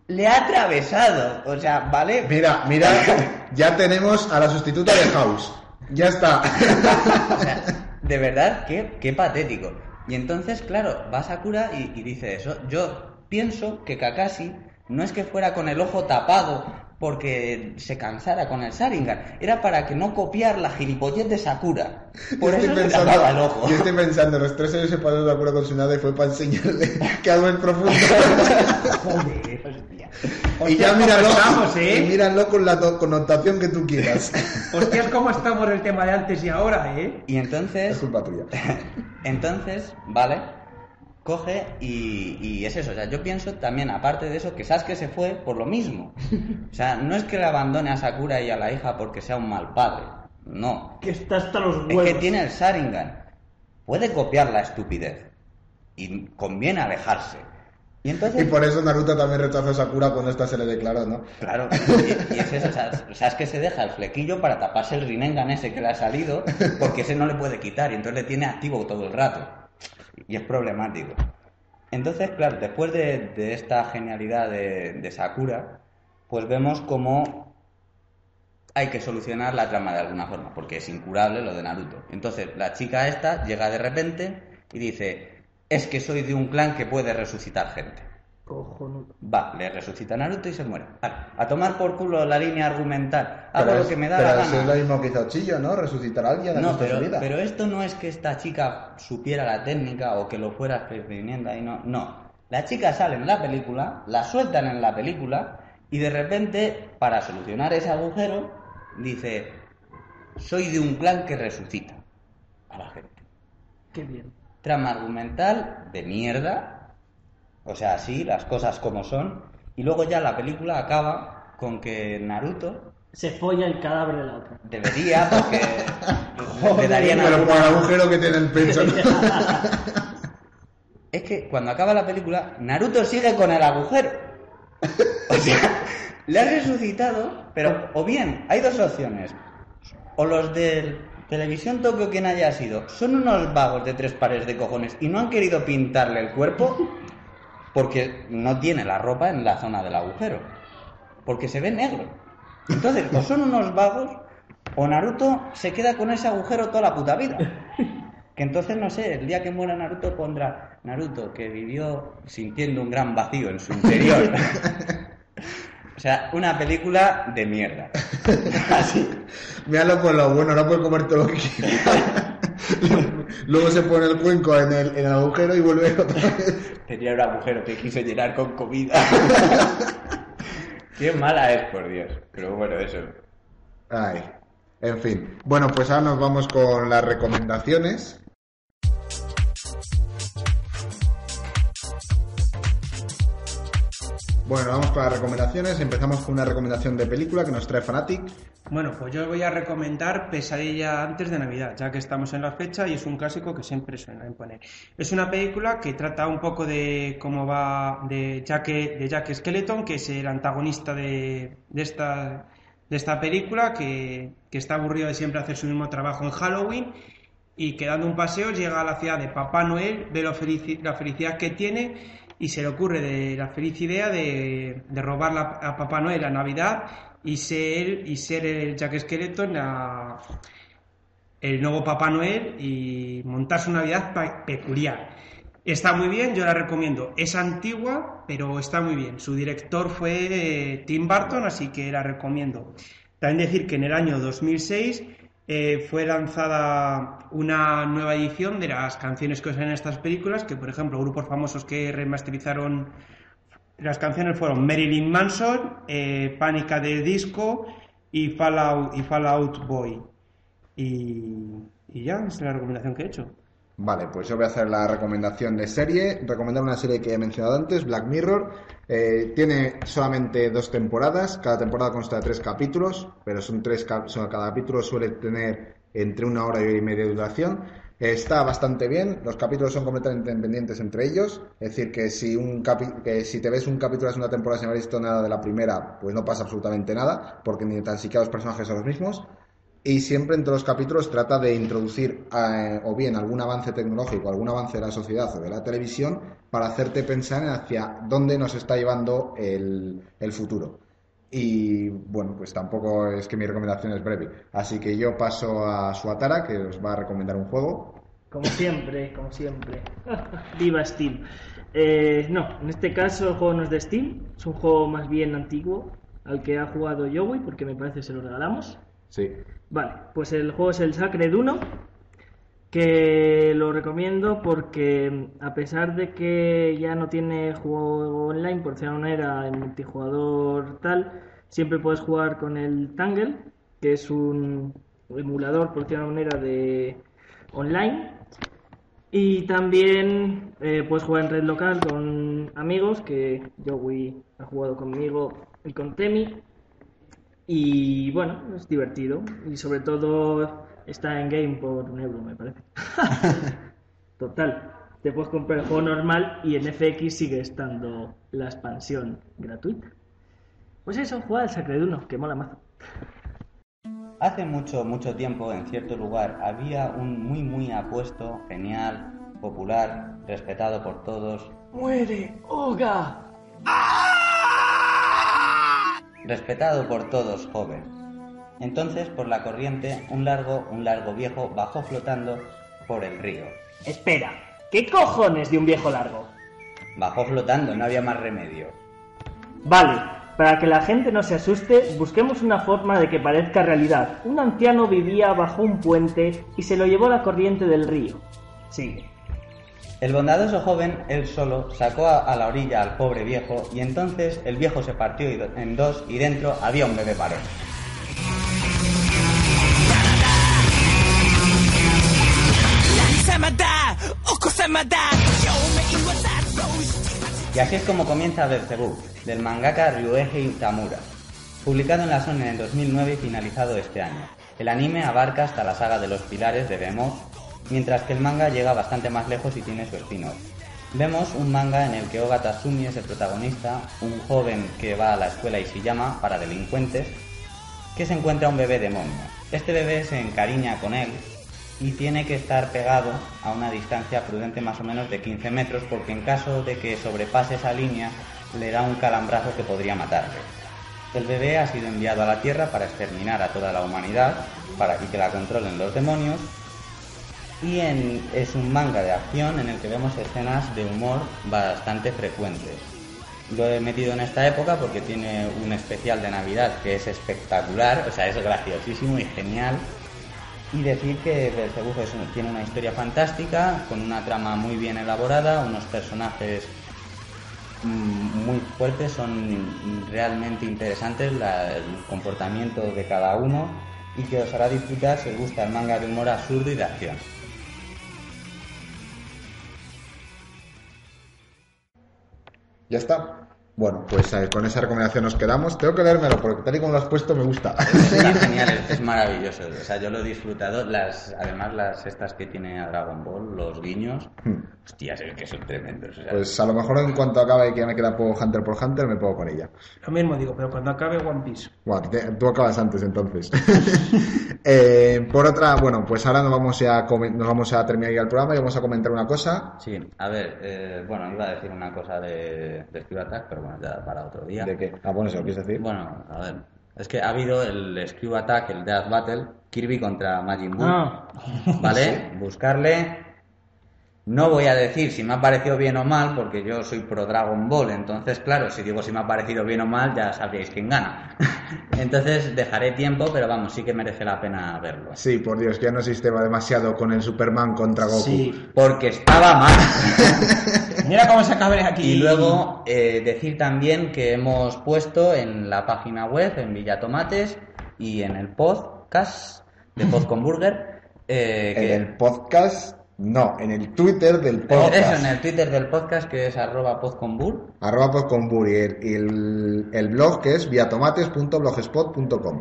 Speaker 3: le ha atravesado. O sea, ¿vale?
Speaker 1: Mira, mira,
Speaker 3: [LAUGHS]
Speaker 1: ya tenemos a la sustituta de House. Ya está.
Speaker 3: O sea, de verdad, qué, qué patético. Y entonces, claro, va Sakura y, y dice eso. Yo pienso que Kakashi no es que fuera con el ojo tapado porque se cansara con el Sharingan. Era para que no copiar la gilipollez de Sakura. Por
Speaker 1: Yo
Speaker 3: eso se tapaba el ojo.
Speaker 1: yo estoy pensando, los tres años se pasó de acuerdo con su nada y fue para enseñarle que algo es
Speaker 3: [LAUGHS]
Speaker 1: profundo.
Speaker 3: Joder, hostia.
Speaker 1: y ya
Speaker 2: ¿cómo
Speaker 1: míralo,
Speaker 2: estamos, eh?
Speaker 1: y míralo con la to- connotación que tú
Speaker 3: [LAUGHS]
Speaker 1: quieras.
Speaker 2: Hostias, cómo estamos el tema de antes y ahora, ¿eh?
Speaker 3: [LAUGHS] Y
Speaker 1: es
Speaker 3: entonces,
Speaker 1: culpa tuya.
Speaker 3: entonces, vale, coge y, y es eso. O sea, yo pienso también, aparte de eso, que Sasuke se fue por lo mismo. O sea, no es que le abandone a Sakura y a la hija porque sea un mal padre. No.
Speaker 6: Que está hasta los
Speaker 3: Es
Speaker 6: huevos.
Speaker 3: que tiene el Sharingan. Puede copiar la estupidez. Y conviene alejarse. Y entonces.
Speaker 1: Y por eso Naruto también rechazó a Sakura cuando esta se le declaró, ¿no?
Speaker 3: Claro, y, y es eso, o sea, Sasuke se deja el flequillo para taparse el Rinengan ese que le ha salido, porque ese no le puede quitar, y entonces le tiene activo todo el rato. Y es problemático. Entonces, claro, después de, de esta genialidad de, de Sakura, pues vemos cómo hay que solucionar la trama de alguna forma, porque es incurable lo de Naruto. Entonces, la chica esta llega de repente y dice, es que soy de un clan que puede resucitar gente. Va, le resucita a Naruto y se muere. Vale, a tomar por culo la línea argumental. Hago
Speaker 1: Pero
Speaker 3: lo
Speaker 1: es-
Speaker 3: que me da
Speaker 1: pero
Speaker 3: la
Speaker 1: eso es
Speaker 3: gana.
Speaker 1: lo mismo que hizo Chillo, ¿no? Resucitar a alguien a
Speaker 3: No,
Speaker 1: costa de
Speaker 3: pero,
Speaker 1: su vida. [LAUGHS]
Speaker 3: pero esto no es que esta chica supiera la técnica o que lo fuera aprendiendo ahí, no. No. La chica sale en la película, la sueltan en la película y de repente, para solucionar ese agujero, dice: Soy de un clan que resucita a la gente.
Speaker 7: Qué bien.
Speaker 3: Trama argumental de mierda. O sea, así, las cosas como son. Y luego ya la película acaba con que Naruto
Speaker 6: Se folla el cadáver de la otra.
Speaker 3: debería, porque le darían
Speaker 1: Pero
Speaker 3: algún-
Speaker 1: por el agujero que tiene el pecho,
Speaker 3: [LAUGHS]
Speaker 1: ¿no? [LAUGHS]
Speaker 3: Es que cuando acaba la película, Naruto sigue con el agujero. [LAUGHS] O sea, le ha resucitado, pero o bien, hay dos opciones. O los de Televisión Tokio, quien haya sido, son unos vagos de tres pares de cojones y no han querido pintarle el cuerpo porque no tiene la ropa en la zona del agujero. Porque se ve negro. Entonces, o son unos vagos o Naruto se queda con ese agujero toda la puta vida. Que entonces, no sé, el día que muera Naruto pondrá Naruto, que vivió sintiendo un gran vacío en su interior. o sea, una película de mierda. Así.
Speaker 1: Míralo por lo bueno, no puede comer todo lo que quiera. [LAUGHS] Luego se pone el cuenco en el, en el agujero y vuelve otra vez.
Speaker 3: Tenía un agujero que quise llenar con comida. Qué mala es, por Dios. Pero bueno, eso.
Speaker 1: Ay. En fin. Bueno, pues ahora nos vamos con las recomendaciones. Bueno, vamos con las recomendaciones. Empezamos con una recomendación de película que nos trae Fanatic.
Speaker 2: Bueno, pues yo os voy a recomendar Pesadilla antes de Navidad, ya que estamos en la fecha y es un clásico que siempre suena imponer. Es una película que trata un poco de cómo va de Jack, de Jack Skeleton, que es el antagonista de, de esta, de esta película, que, que está aburrido de siempre hacer su mismo trabajo en Halloween y que dando un paseo llega a la ciudad de Papá Noel, ve lo felici- la felicidad que tiene y se le ocurre de la feliz idea de, de robar la- a Papá Noel a Navidad y ser, y ser el Jack Skeleton a- el nuevo Papá Noel y montar su Navidad pa- peculiar. Está muy bien, yo la recomiendo. Es antigua, pero está muy bien. Su director fue eh, Tim Burton, así que la recomiendo. También decir que en el año 2006 eh, fue lanzada una nueva edición de las canciones que usan en estas películas, que por ejemplo grupos famosos que remasterizaron las canciones fueron Marilyn Manson, eh, Pánica de Disco y Fallout, y Fallout Boy. Y, y ya, esa es la recomendación que he hecho.
Speaker 1: Vale, pues yo voy a hacer la recomendación de serie. Recomendar una serie que he mencionado antes, Black Mirror. Eh, tiene solamente dos temporadas. Cada temporada consta de tres capítulos, pero son tres cap- son- cada capítulo suele tener entre una hora y hora y media de duración. Eh, Está bastante bien, los capítulos son completamente independientes entre ellos, es decir, que si, un capi- que si te ves un capítulo de la segunda temporada sin haber visto nada de la primera, pues no pasa absolutamente nada, porque ni tan siquiera los personajes son los mismos. y siempre en todos los capítulos trata de introducir eh, o bien algún avance tecnológico, algún avance de la sociedad o de la televisión para hacerte pensar en hacia dónde nos está llevando el, el futuro. Y bueno, pues tampoco es que mi recomendación es breve. Así que yo paso a Suatara, que os va a recomendar un juego.
Speaker 6: Como siempre, como siempre. [LAUGHS] Viva Steam. Eh, no, en este caso el juego no es de Steam, es un juego más bien antiguo al que ha jugado Joey porque me parece se lo regalamos.
Speaker 1: Sí.
Speaker 6: Vale, pues el juego es el Sacred 1, que lo recomiendo porque a pesar de que ya no tiene juego online, por ser una era en multijugador tal, siempre puedes jugar con el Tangle, que es un emulador, por decirlo de una manera, de online. Y también eh, puedes jugar en red local con amigos, que Joey ha jugado conmigo y con Temi. Y bueno, es divertido. Y sobre todo está en game por un euro, me parece. Total. Te puedes comprar el juego normal y en FX sigue estando la expansión gratuita. Pues eso, juega al Sacred 1, que mola más.
Speaker 3: Hace mucho, mucho tiempo, en cierto lugar, había un muy, muy apuesto, genial, popular, respetado por todos,
Speaker 6: ¡Muere! ¡Oga!
Speaker 3: respetado por todos, joven. Entonces, por la corriente, un largo, un largo viejo bajó flotando por el río.
Speaker 6: Espera, ¿qué cojones de un viejo largo?
Speaker 3: Bajó flotando, no había más remedio.
Speaker 6: Vale, para que la gente no se asuste, busquemos una forma de que parezca realidad. Un anciano vivía bajo un puente y se lo llevó la corriente del río. Sigue.
Speaker 3: El bondadoso joven, él solo, sacó a, a la orilla al pobre viejo y entonces el viejo se partió y do- en dos y dentro había un bebé varón. Y así es como comienza Belcebú, del mangaka Ryuhei Tamura, publicado en la Sony en 2009 y finalizado este año. El anime abarca hasta la saga de los pilares de Vemos, mientras que el manga llega bastante más lejos y tiene su spin-off. Vemos un manga en el que Oga Tatsumi es el protagonista, un joven que va a la escuela y se llama para delincuentes, que se encuentra un bebé demonio. Este bebé se encariña con él y tiene que estar pegado a una distancia prudente más o menos de 15 metros porque en caso de que sobrepase esa línea le da un calambrazo que podría matarle. El bebé ha sido enviado a la Tierra para exterminar a toda la humanidad para y que la controlen los demonios y en- es un manga de acción en el que vemos escenas de humor bastante frecuentes. Lo he metido en esta época porque tiene un especial de Navidad que es espectacular, o sea, es graciosísimo y genial. Y decir que Belzebub es un- tiene una historia fantástica, con una trama muy bien elaborada, unos personajes mm, muy fuertes, son realmente interesantes la- el comportamiento de cada uno y que os hará disfrutar si os gusta el manga de humor absurdo y de acción.
Speaker 1: Ya está. Bueno, pues eh, con esa recomendación nos quedamos. Tengo que leérmelo porque tal y como lo has puesto me gusta. [LAUGHS]
Speaker 3: Está genial, es, es maravilloso. O sea, yo lo he disfrutado. Las, además, las estas que tiene a Dragon Ball, los guiños, hostias, es que son tremendos. o sea.
Speaker 1: Hmm. Pues a lo mejor en cuanto acabe que ya me queda por Hunter por Hunter me pongo con ella.
Speaker 2: Lo mismo digo, pero cuando acabe One Piece.
Speaker 1: Buah, te- tú acabas antes entonces. [LAUGHS] Eh, por otra, bueno, pues ahora nos vamos a come- nos vamos a terminar ya el programa y vamos a comentar una cosa.
Speaker 3: Sí, a ver, eh, bueno, iba a decir una cosa de, de Steve Attack, pero bueno, ya para otro día.
Speaker 1: ¿De qué? Ah, bueno, ¿se lo quieres decir?
Speaker 3: Bueno, a ver. Es que ha habido el Screw Attack, el Death Battle, Kirby contra Majin Buu.
Speaker 8: Ah.
Speaker 3: ¿Vale? Buscarle. No voy a decir si me ha parecido bien o mal, porque yo soy pro Dragon Ball. Entonces, claro, si digo si me ha parecido bien o mal, ya sabríais quién gana. [LAUGHS] entonces, dejaré tiempo, pero vamos, sí que merece la pena verlo.
Speaker 1: Sí, por Dios, que ya no existe demasiado con el Superman contra Goku.
Speaker 2: Sí.
Speaker 3: Porque estaba mal.
Speaker 2: Mira cómo se acabe aquí.
Speaker 3: Y luego eh, decir también que hemos puesto en la página web, en Villa Tomates y en el podcast de Pod con Burger, eh,
Speaker 1: [LAUGHS] En
Speaker 3: que-
Speaker 1: el podcast, no, en el Twitter del
Speaker 3: [LAUGHS] eso,
Speaker 1: podcast.
Speaker 3: en el Twitter del podcast que es arroba podconbur.
Speaker 1: Arroba Podcombur y el, y el- el blog que es viatomates.blogspot.com.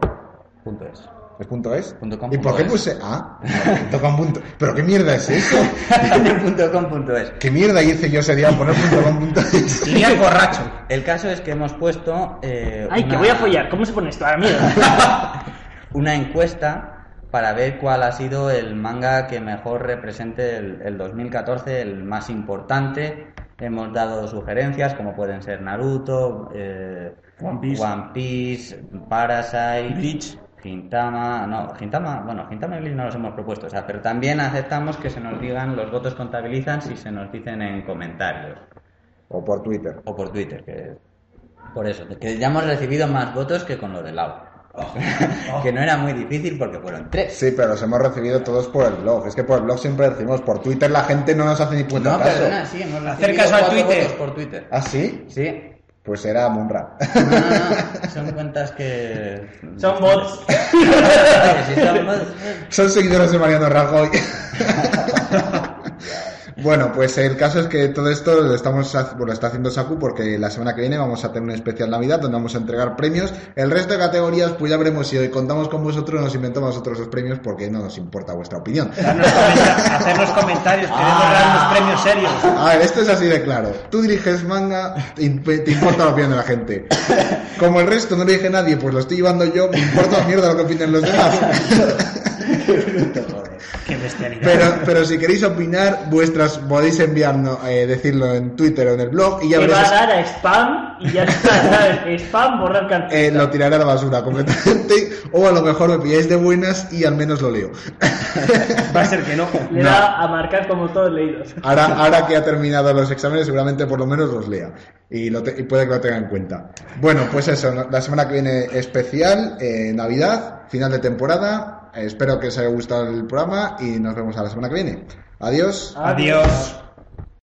Speaker 3: Punto es.
Speaker 1: ¿Es punto es?
Speaker 3: Punto com,
Speaker 1: ¿Y
Speaker 3: punto
Speaker 1: por qué
Speaker 3: es.
Speaker 1: puse? Ah, punto com, punto- ¿Pero qué mierda es eso?
Speaker 3: punto com punto es.
Speaker 1: ¿Qué mierda hice yo ese día al poner punto com, punto es?
Speaker 3: Iría borracho. El caso es que hemos puesto eh,
Speaker 6: ¡Ay, que
Speaker 3: una-
Speaker 6: voy a follar! ¿Cómo se pone esto? ¡Ah, mierda!
Speaker 3: una encuesta para ver cuál ha sido el manga que mejor represente el, el 2014, el más importante. Hemos dado sugerencias como pueden ser Naruto, eh,
Speaker 9: One Piece.
Speaker 3: Piece, Parasite,
Speaker 9: Bleach.
Speaker 3: Gintama, no, Gintama, bueno, Gintama y Bleach no los hemos propuesto, o sea, pero también aceptamos que se nos digan, los votos contabilizan si se nos dicen en comentarios
Speaker 1: O por Twitter.
Speaker 3: o por Twitter, que por eso, que ya hemos recibido más votos que con lo del Lau. [LAUGHS] que no era muy difícil porque fueron tres.
Speaker 1: Sí, pero los hemos recibido todos por el blog. Es que por el blog siempre decimos, por Twitter la gente no nos hace ni puto
Speaker 3: No,
Speaker 1: caso.
Speaker 3: perdona, sí, hemos
Speaker 2: Hacer
Speaker 3: recibido
Speaker 2: caso al
Speaker 3: cuatro
Speaker 2: Twitter.
Speaker 3: votos por Twitter.
Speaker 1: ¿Ah, sí?
Speaker 3: Sí.
Speaker 1: Pues era Munra. [LAUGHS]
Speaker 3: No, no, no, son cuentas que...
Speaker 9: Son bots.
Speaker 3: [LAUGHS] Sí, son bots.
Speaker 1: Son seguidores de Mariano Rajoy. [LAUGHS] Bueno, pues el caso es que todo esto lo estamos ha- bueno, lo está haciendo Saku porque la semana que viene vamos a tener un especial Navidad donde vamos a entregar premios. El resto de categorías pues ya veremos si hoy contamos con vosotros nos inventamos nosotros los premios porque no nos importa vuestra opinión.
Speaker 9: Darnos comenta- hacernos comentarios, queremos
Speaker 3: Ah.
Speaker 9: darnos premios serios.
Speaker 1: A ver, esto es así de claro. Tú diriges manga, te imp- te importa la opinión de la gente. Como el resto no lo dije nadie, pues lo estoy llevando yo, me importa una mierda lo que opinen los demás.
Speaker 9: Qué bestialidad.
Speaker 1: Pero, pero si queréis opinar, vuestras podéis enviarnos, eh, decirlo en Twitter o en el blog y [LAUGHS] ya
Speaker 6: Te va
Speaker 1: veremos.
Speaker 6: a dar a spam y ya está,
Speaker 1: [LAUGHS]
Speaker 6: ¿sabes? Spam, borrar cantidad.
Speaker 1: Eh, lo tiraré a la basura completamente o a lo mejor me pilláis de buenas y al menos lo leo.
Speaker 9: Va a ser que no.
Speaker 6: Le da a marcar como todos leídos.
Speaker 1: Ahora, ahora que ha terminado los exámenes, seguramente por lo menos los lea. Y, lo te- y puede que lo tenga en cuenta. Bueno, pues eso, no- la semana que viene especial, eh, Navidad, final de temporada. Espero que os haya gustado el programa y nos vemos a la semana que viene. Adiós.
Speaker 9: Adiós.